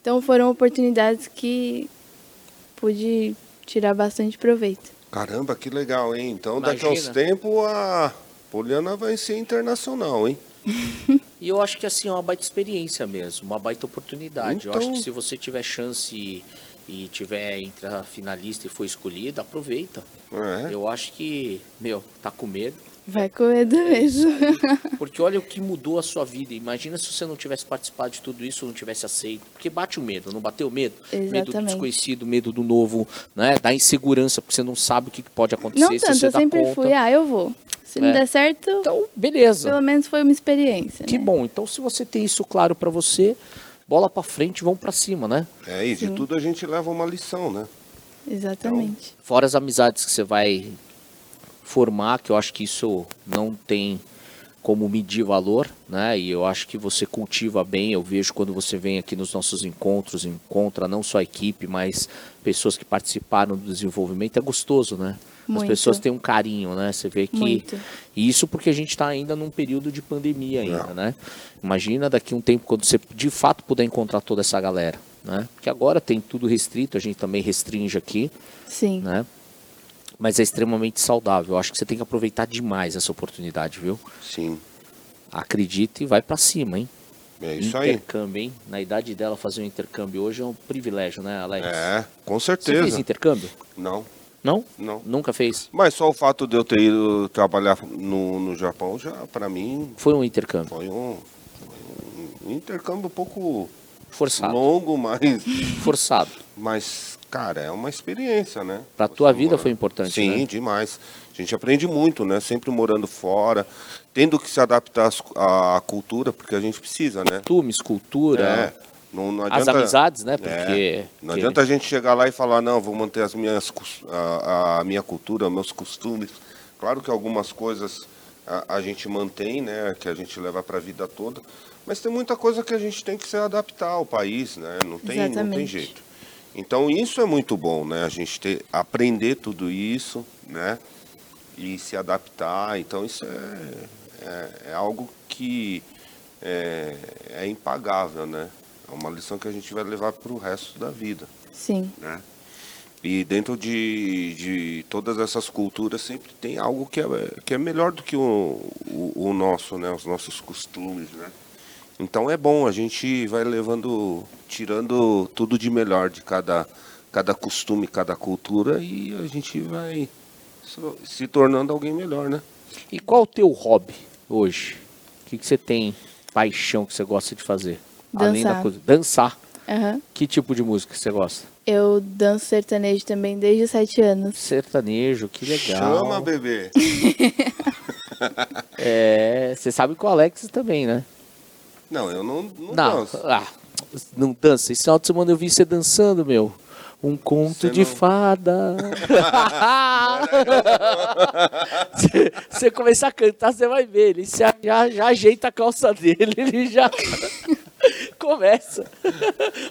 C: Então foram oportunidades que pude tirar bastante proveito.
A: Caramba, que legal, hein? Então daqui a uns
B: Imagina.
A: tempos a Poliana vai ser internacional, hein?
B: E eu acho que assim é uma baita experiência mesmo, uma baita oportunidade. Eu acho
A: Então-
B: que se você tiver chance e, e tiver entre a finalista e for escolhida, aproveita.
A: É.
B: Eu acho que, meu, tá com medo.
C: Vai com medo É mesmo. [laughs]
B: Porque olha o que mudou a sua vida. Imagina se você não tivesse participado de tudo isso, não tivesse aceito. Porque bate o medo, não bateu o medo? Medo do
C: Exatamente.
B: desconhecido, medo do novo, né? Da insegurança, porque você não sabe o que que pode acontecer
C: Não
B: se
C: tanto,
B: você
C: eu
B: dá
C: sempre
B: conta.
C: fui, ah, eu vou. Se
B: É.
C: não der certo,
B: Então, beleza.
C: pelo menos foi uma experiência.
B: Que
C: né?
B: bom. Então, se você tem isso claro pra você, bola pra frente, vamos pra cima, né?
A: É, e de tudo a gente leva uma lição, né?
C: Exatamente.
B: Fora as amizades que você vai formar, que eu acho que isso não tem como medir valor, né? E eu acho que você cultiva bem. Eu vejo quando você vem aqui nos nossos encontros, encontra não só a equipe, mas pessoas que participaram do desenvolvimento. É gostoso, né? As
C: Muito.
B: pessoas têm um carinho, né? Você vê que
C: Muito.
B: e isso porque a gente está ainda num período de pandemia ainda, né? Imagina daqui um tempo quando você de fato puder encontrar toda essa galera, né? Porque agora tem tudo restrito, a gente também restringe aqui,
C: Sim.
B: né? Mas é extremamente saudável. Eu acho que você tem que aproveitar demais essa oportunidade, viu?
A: Sim.
B: Acredita e vai pra cima, hein?
A: É isso aí.
B: intercâmbio, hein? Na idade dela fazer um intercâmbio hoje é um privilégio, né, Alex?
A: É, com
B: Você fez
A: certeza.
B: intercâmbio?
A: Não,
B: Não?
A: não.
B: Nunca fez.
A: Mas só o fato de eu ter ido trabalhar no, no Japão já, para mim,
B: Foi um intercâmbio
A: foi um, foi um intercâmbio um pouco
B: forçado,
A: longo, mas,
B: forçado.
A: mas, cara, é uma experiência, né?
B: Pra
A: Você
B: tua vida
A: mora-
B: foi importante,
A: Sim,
B: né?
A: demais. A gente aprende muito, né? Sempre morando fora, tendo que se adaptar às cu- à, à cultura, porque a gente precisa, né?
B: Costumes, cultura,
A: É. Não, não
B: as
A: adianta...
B: amizades, né? Porque
A: É, não
B: que-
A: adianta a gente chegar lá e falar, não, vou manter as minhas, cos- a, a minha cultura, meus costumes. Claro que algumas coisas a, a gente mantém, né, que a gente leva para a vida toda, mas tem muita coisa que a gente tem que se adaptar ao país, né, não tem, não tem
C: Exatamente.
A: jeito. Então isso é muito bom, né, a gente ter, aprender tudo isso, né, e se adaptar. Então isso é, é, é algo que é, é impagável, né? É uma lição que a gente vai levar para o resto da vida,
C: Sim.
A: né? E dentro de, de todas essas culturas sempre tem algo que é, que é melhor do que o, o, o nosso, né? Os nossos costumes, né? Então é bom, a gente vai levando, tirando tudo de melhor de cada, cada costume, cada cultura e a gente vai so- se tornando alguém melhor, né?
B: E qual o teu hobby hoje? O que, que você tem paixão que você gosta de fazer? Além da
C: Dançar.
B: coisa. Dançar.
C: Aham.
B: Que tipo de música você gosta?
C: Eu danço sertanejo também desde os sete anos.
B: Sertanejo, que legal.
A: Chama, bebê!
B: É, você sabe que o Alex também, né?
A: Não, eu não, não,
B: Não,
A: danço.
B: ah, não dança. Esse final de semana eu vi você dançando, meu. Um conto
A: Você
B: de
A: não- [laughs]
B: fada. Se você começar a cantar, você vai ver. Ele se a- já, já ajeita a calça dele, ele já [laughs] começa.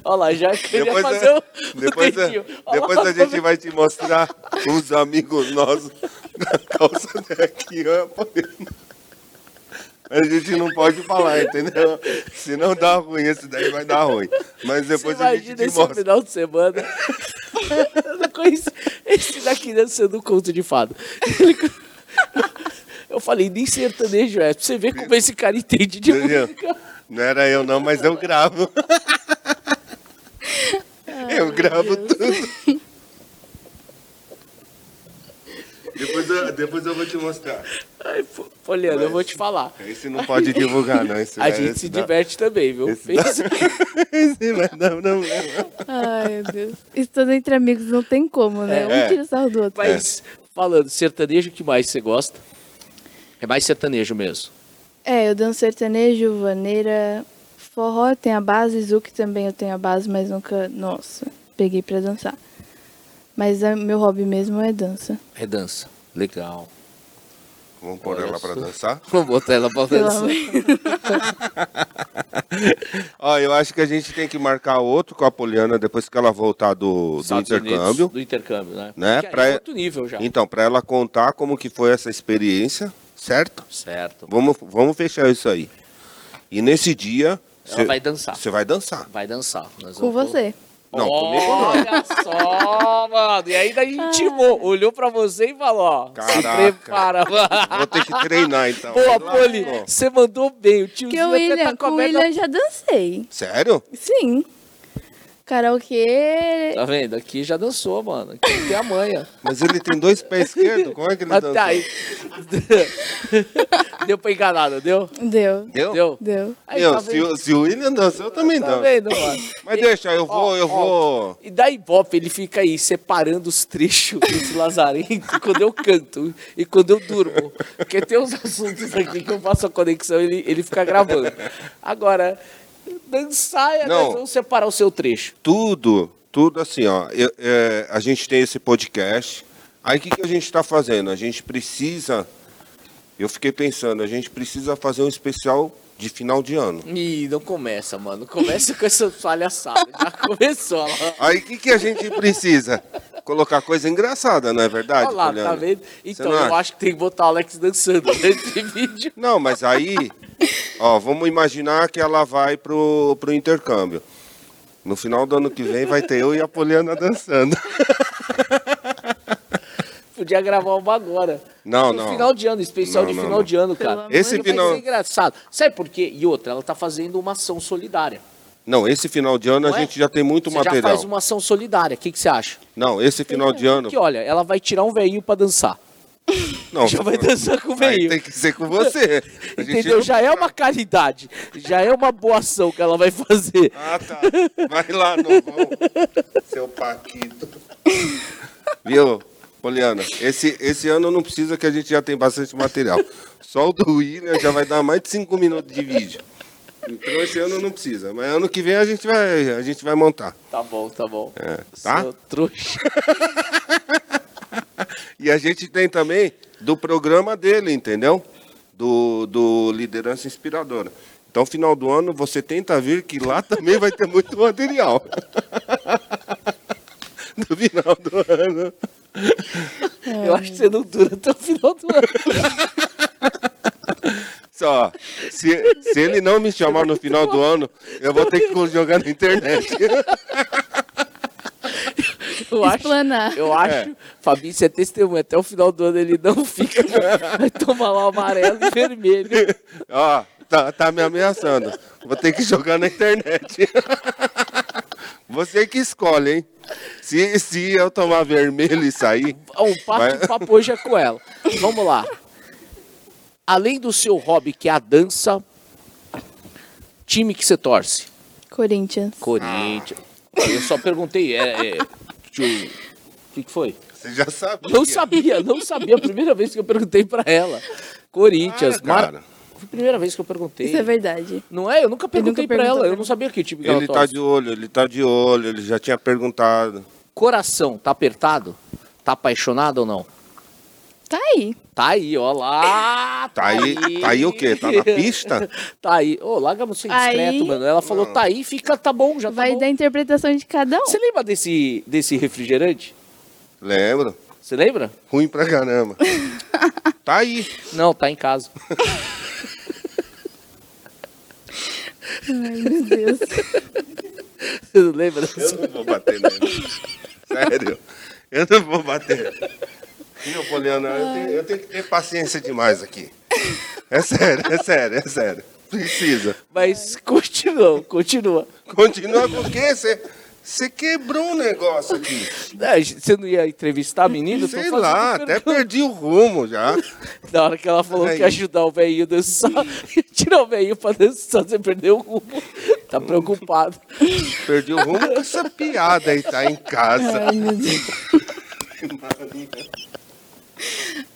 B: Olha lá, já queria
A: Depois,
B: fazer
A: é-
B: o,
A: [laughs]
B: o
A: depois, é-
B: dedinho. Olha
A: depois
B: lá,
A: a gente vai te mostrar uns amigos nossos [laughs] na calça daqui, ó, aparecendo. A gente não pode falar, entendeu? Se não dá ruim, esse daí vai dar ruim. Mas
B: Você
A: depois a gente
B: imagina
A: te
B: esse
A: mostra.
B: final de
A: [laughs]
B: semana. Eu não conheci esse daqui dançando um conto de fada. Ele- [laughs] Eu falei, nem sertanejo é. Pra você ver como esse cara entende de
A: Entendeu?
B: música.
A: Não era eu não, mas eu gravo. eu gravo tudo. Depois eu, depois eu vou te mostrar.
B: [laughs] Ai, pô, Poliana, eu vou te falar.
A: Esse não pode divulgar, não. Esse
B: A
A: vai-
B: gente
A: esse
B: se
A: dá-
B: diverte também, viu?
A: Esse dá-
B: [laughs] Pensa-
A: [laughs] esse vai dar problema.
C: [laughs] Ai, meu Deus. Estando entre amigos não tem como, né?
A: É.
C: Um tira o sarro do outro.
B: Mas, falando, sertanejo, o que mais você gosta? É mais sertanejo mesmo.
C: É, eu danço sertanejo, vaneira, forró tem a base, zouk também eu tenho a base, mas nunca, nossa, peguei pra dançar. Mas é, meu hobby mesmo é dança.
B: É dança. Legal. [laughs]
A: Vamos pôr
B: Olha
A: ela pra
B: só.
A: dançar?
B: Vamos botar ela pra
C: Pelo
B: dançar.
C: amor-
A: Ó, eu acho que a gente tem que marcar outro com a Poliana depois que ela voltar do, do
B: Estados Unidos,
A: intercâmbio.
B: do intercâmbio, né?
A: Né?
B: Que aí
A: Pra-
B: é outro nível já.
A: Então, pra ela contar como que foi essa experiência, certo?
B: Certo.
A: Vamos, vamos fechar isso aí. E nesse dia...
B: Ela vai dançar.
A: Você vai dançar.
B: Vai dançar. Nós
C: Com
B: vamos-
C: você.
A: Não, comigo não.
B: Olha só, mano. E ainda
C: Ah.
B: intimou. Olhou pra você e falou, ó.
A: Caraca.
B: Se prepara, mano.
A: Vou ter que treinar, então.
B: Boa,
A: Lá,
B: Poli.
A: pô.
B: Você mandou bem. O tiozinho
C: Porque o
B: até
C: William,
B: tá com a
C: com o
B: merda-
C: William já dancei.
A: Sério?
C: Sim. Karaokê.
B: Tá vendo? Aqui já dançou, mano. Aqui tem a manha.
A: Mas ele tem dois pés esquerdos? Como é que ele
B: Até
A: dançou?
B: tá
A: [laughs]
B: aí. deu pra enganar, não deu?
C: Deu.
A: Deu?
B: Deu.
C: Deu.
B: Aí,
A: Meu,
B: tá
A: se,
B: vendo?
A: o- se o William dançou, eu também
B: Tá
A: danço.
B: vendo, mano?
A: Mas deixa, eu vou, eu vou...
B: E da Ibope, ele fica aí separando os trechos dos lazarentos [laughs] quando eu canto e quando eu durmo. Porque tem uns assuntos aqui que eu faço a conexão e ele, ele fica gravando. Agora, dançar é
A: Não.
B: nós vamos separar o seu trecho.
A: tudo, tudo assim, ó. eu- é, a gente tem esse podcast. Aí o que, que a gente está fazendo? A gente precisa. Eu fiquei pensando, a gente precisa fazer um especial de final de ano.
B: Ih, não começa, mano. Começa com essa palhaçada. Já começou. Olha lá.
A: Aí o que, que a gente precisa? Colocar coisa engraçada, não é verdade,
B: Olha lá,
A: Poliana?
B: tá vendo? Então,
A: não
B: eu
A: acha?
B: acho que tem que botar o Alex dançando nesse vídeo.
A: Não, mas aí, ó, vamos imaginar que ela vai pro, pro intercâmbio. No final do ano que vem vai ter eu e a Poliana dançando.
B: Podia gravar uma agora.
A: Não,
B: No
A: não.
B: final de ano, especial
A: Não,
B: de
A: não,
B: final
A: não.
B: de ano,
C: Pelo
B: cara.
C: amor
A: Esse
B: Vai
A: final-
B: ser engraçado. Sabe por quê? E outra, ela tá fazendo uma ação solidária.
A: Não, esse final de ano
B: Não
A: a
B: é?
A: gente já tem muito
B: Você já
A: material.
B: faz uma ação solidária. O que, que você acha?
A: Não, esse final de ano.
B: Que olha, ela vai tirar um veinho pra dançar.
A: Não,
B: Já vai dançar com o
A: Aí
B: veinho.
A: tem que ser com você.
B: [laughs]
A: A gente
B: Entendeu?
A: não-
B: Já é uma caridade. Já é uma boa ação que ela vai fazer.
A: Ah, tá. Vai lá, não vão. Seu Paquito. Viu, Poliana? Esse, esse ano não precisa que a gente já tem bastante material. Só o do William já vai dar mais de 5 minutos de vídeo. Então esse ano não precisa. Mas ano que vem a gente vai, a gente vai montar.
B: Tá bom, tá bom.
A: É, tá?
B: Seu trouxa.
A: E a gente tem também do programa dele, entendeu? Do, do Liderança Inspiradora. Então, final do ano, você tenta vir que lá também vai ter muito material. [laughs] No final do ano.
B: Eu acho que você não dura até o final do ano.
A: Só, se, se ele não me chamar no final do ano, eu vou ter que jogar na internet. [laughs]
B: Eu acho,
C: Explanar.
B: eu acho, Fabi, você é testemunha, até o final do ano ele
A: [laughs]
B: não fica, vai tomar lá o amarelo e vermelho.
A: Ó, tá, tá me ameaçando. Vou ter que jogar na internet. [laughs] Você que escolhe, hein? Se, se eu tomar vermelho e sair.
B: Ó, O papo,
A: Vai-
B: o papo hoje é com ela. Vamos lá. Além do seu hobby, que é a dança, time que você torce?
C: Corinthians.
B: Corinthians.
A: Ah.
B: Eu só perguntei, é... é, tio, o que, que foi?
A: Você já sabe. é?
B: Não sabia, não sabia. A primeira vez que eu perguntei pra ela. Corinthians.
A: Ah,
B: Mar-
A: cara.
B: Foi a primeira vez que eu perguntei.
C: Isso é verdade.
B: Não é? Eu nunca perguntei pra
C: perguntou
B: ela.
C: pra
B: Eu
C: mim.
B: não sabia que tipo de
A: Ele tá
B: relatório.
A: de olho, ele tá de olho, ele já tinha perguntado.
B: Coração, tá apertado? Tá apaixonado ou não?
C: Tá aí.
B: Tá aí, ó lá.
A: Tá aí, tá aí o quê? Tá na pista?
B: [laughs] Tá aí. Ô, larga você discreto,
C: Tá Aí-
B: mano. Ela falou, tá aí, fica, tá bom, já tá
C: Vai
B: bom.
C: da interpretação de cada um.
B: Você lembra desse, desse refrigerante?
A: Lembra?
B: Você lembra?
A: Ruim pra
B: [laughs]
A: caramba. Tá aí.
B: Não, tá em casa. [laughs]
C: Ai, meu Deus.
B: Você não lembra?
A: Eu não vou bater nele. Sério. Eu não vou bater. Meu Poliana, eu tenho, eu tenho que ter paciência demais aqui. É sério, é sério, é sério. Precisa.
B: Mas continua, continua.
A: Continua porque você, você quebrou um negócio aqui.
B: Ah, Você não ia entrevistar a menina? Eu tô
A: Sei
B: fazendo
A: lá,
B: per-
A: até perdi o rumo já.
B: Na hora que ela falou
A: Peraí.
B: que ia ajudar o velhinho a dançar, [laughs] tirar o velhinho pra dançar, você perdeu o rumo. Tá preocupado.
A: Perdi o rumo com essa piada aí, tá em casa.
C: [laughs] Ai, meu Deus.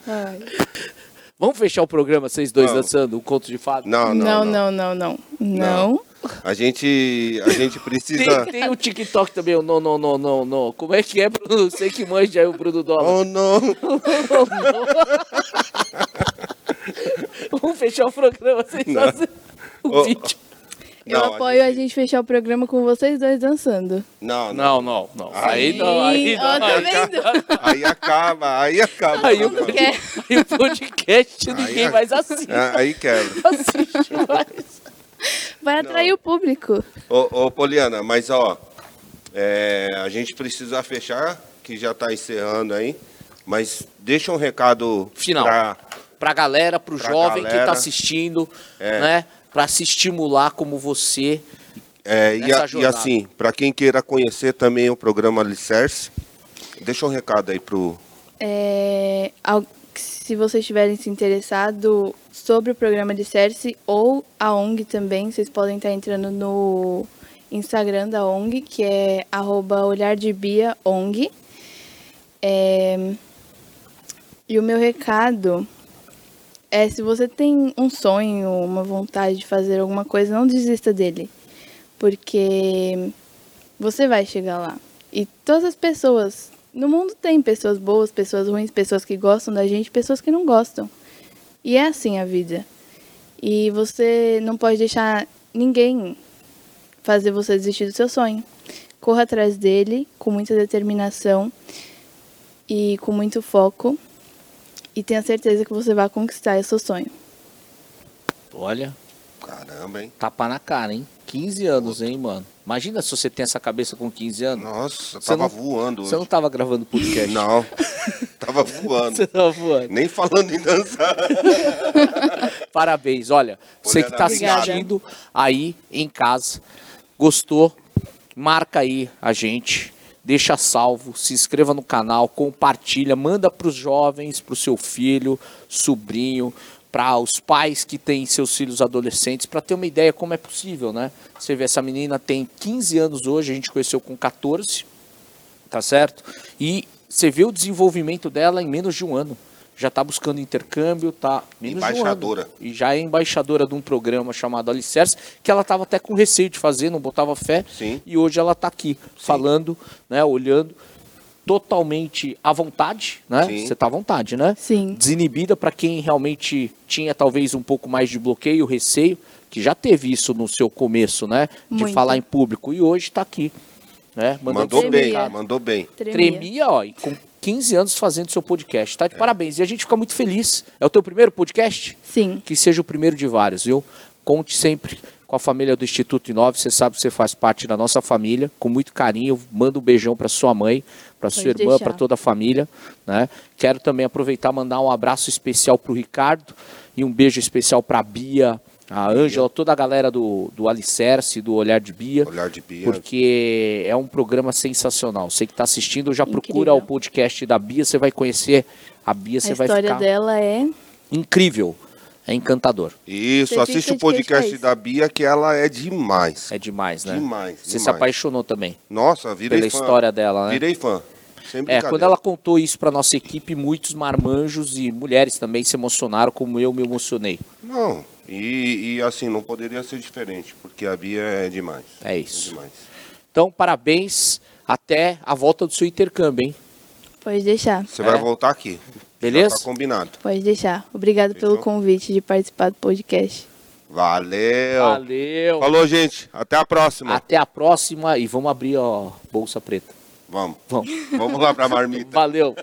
C: Ai.
B: Vamos fechar o programa, vocês dois
A: Vamos.
B: dançando, o conto de fada?
A: Não,
C: Não,
A: não,
C: não, não, não.
A: Não.
C: Não.
A: A gente, a gente precisa.
B: Tem, tem o TikTok também, o não, não, não, não, não. Como é que é, Bruno? Sei que manja aí o Bruno Dólar.
A: Oh, não.
B: Vamos fechar o programa, vocês
A: Não.
B: fazem o
A: Ô,
B: vídeo.
C: Eu
A: Não, a
C: apoio a
A: gente-
C: gente fechar o programa com vocês dois dançando.
A: Não, não.
B: Não, não, não. Aí não, aí
C: Ih, ó,
B: não.
C: tá
B: Aí,
C: vendo?
A: Aí acaba, aí acaba.
B: aí
A: Não,
B: o
A: não.
B: podcast, aí o podcast ninguém
A: a-
B: mais assiste.
A: Ah, Aí quebra.
B: assiste mais.
C: Vai atrair o público.
A: Ô, ô, Poliana, mas ó, é, a gente precisa fechar, que já tá encerrando aí, mas deixa um recado
B: Final.
A: pra-
B: Pra galera, pro
A: Pra
B: jovem que
A: galera.
B: tá assistindo,
A: É.
B: né? Pra se estimular como você.
A: é, e,
B: Essa
A: a- e
B: jornada.
A: assim, para quem queira conhecer também o programa Alicerce, deixa um recado aí pro.
C: É, ao- se vocês tiverem se interessado sobre o programa de Cerce ou a ONG também, vocês podem estar entrando no Instagram da ONG, que é arroba olhardebiaong. É, e o meu recado é se você tem um sonho, uma vontade de fazer alguma coisa, não desista dele. Porque você vai chegar lá. E todas as pessoas. No mundo tem pessoas boas, pessoas ruins, pessoas que gostam da gente, pessoas que não gostam. E é assim a vida. E você não pode deixar ninguém fazer você desistir do seu sonho. Corra atrás dele com muita determinação e com muito foco. E tenha certeza que você vai conquistar esse seu sonho.
B: Olha,
A: Caramba, hein?
B: tapa na cara, hein? 15 anos, hein, mano? Imagina se você tem essa cabeça com 15 anos.
A: Nossa,
B: Você
A: tava
B: não-
A: voando.
B: Você não
A: hoje.
B: tava gravando podcast.
A: Não, tava voando.
B: [laughs] Você tava voando.
A: Nem falando em dançar.
B: Parabéns, olha, você que está
A: Obrigado.
B: assistindo aí em casa, gostou? Marca aí a gente, deixa salvo, se inscreva no canal, compartilha, manda para os jovens, para o seu filho, sobrinho, para os pais que têm seus filhos adolescentes, para ter uma ideia como é possível, né? Você vê, essa menina tem 15 anos hoje, a gente conheceu com 14, tá certo? E você vê o desenvolvimento dela em menos de um ano. Já está buscando intercâmbio, tá menos de um ano.
A: Embaixadora.
B: E já é embaixadora de um programa chamado Alicerce, que ela estava até com receio de fazer, não botava fé.
A: Sim.
B: E hoje ela está aqui, falando, né, olhando, totalmente à vontade, né?
A: Sim.
B: Você está à vontade, né?
C: Sim.
B: Desinibida para quem realmente tinha talvez um pouco mais de bloqueio, receio, que já teve isso no seu começo, né? De
C: Muito.
B: falar em público. E hoje está aqui. Né? mandando
A: Mandou
B: seu
A: bem,
C: Tremia.
A: mandou bem.
C: Tremia.
B: Tremia, ó, e com 15 anos fazendo seu podcast.
A: É.
B: Tá de parabéns. E a gente fica muito feliz. É o teu primeiro podcast?
C: Sim.
B: Que seja o primeiro de vários, viu? Conte sempre com a família do Instituto Inove. Você sabe que você faz parte da nossa família. Com muito carinho, manda um beijão para sua mãe, para sua
C: Pode
B: irmã,
C: deixar.
B: para toda a família. Né? Quero também aproveitar e mandar um abraço especial para o Ricardo e um beijo especial para a Bia, a Ângela, toda a galera do, do Alicerce, do Olhar de Bia.
A: Olhar de Bia.
B: Porque é um programa sensacional. Você que está assistindo, já
C: Incrível.
B: procura o podcast da Bia, você vai conhecer a Bia,
C: A
B: você vai
C: história
B: ficar
C: dela é.
B: incrível. É encantador.
A: Isso,
C: Você
A: assiste
C: fica
A: o
C: de queixo
A: podcast
C: caído.
A: da Bia, que ela é demais.
B: É demais, né?
A: Demais,
B: Você se
A: demais.
B: apaixonou também É,
A: Nossa, virei
B: pela
A: fã.
B: história dela, né?
A: Virei fã. Sem
B: É,
A: brincadeira.
B: quando ela contou isso pra nossa equipe, muitos marmanjos e mulheres também se emocionaram, como eu me emocionei.
A: Não, e, e assim, não poderia ser diferente, porque a Bia é demais.
B: É isso.
A: demais.
B: Então, parabéns. Até a volta do seu intercâmbio, hein?
C: Pode deixar,
A: Você
B: É.
A: vai voltar aqui.
B: Beleza?
A: Já tá combinado.
C: pode deixar. Obrigado pelo
A: Fechou.
C: convite de participar do podcast.
A: Valeu.
B: Valeu.
A: Falou, gente. Até a próxima.
B: Até a próxima e vamos abrir, ó, Bolsa Preta.
A: Vamos.
B: Vamos.
A: Vamos lá pra marmita.
B: Valeu.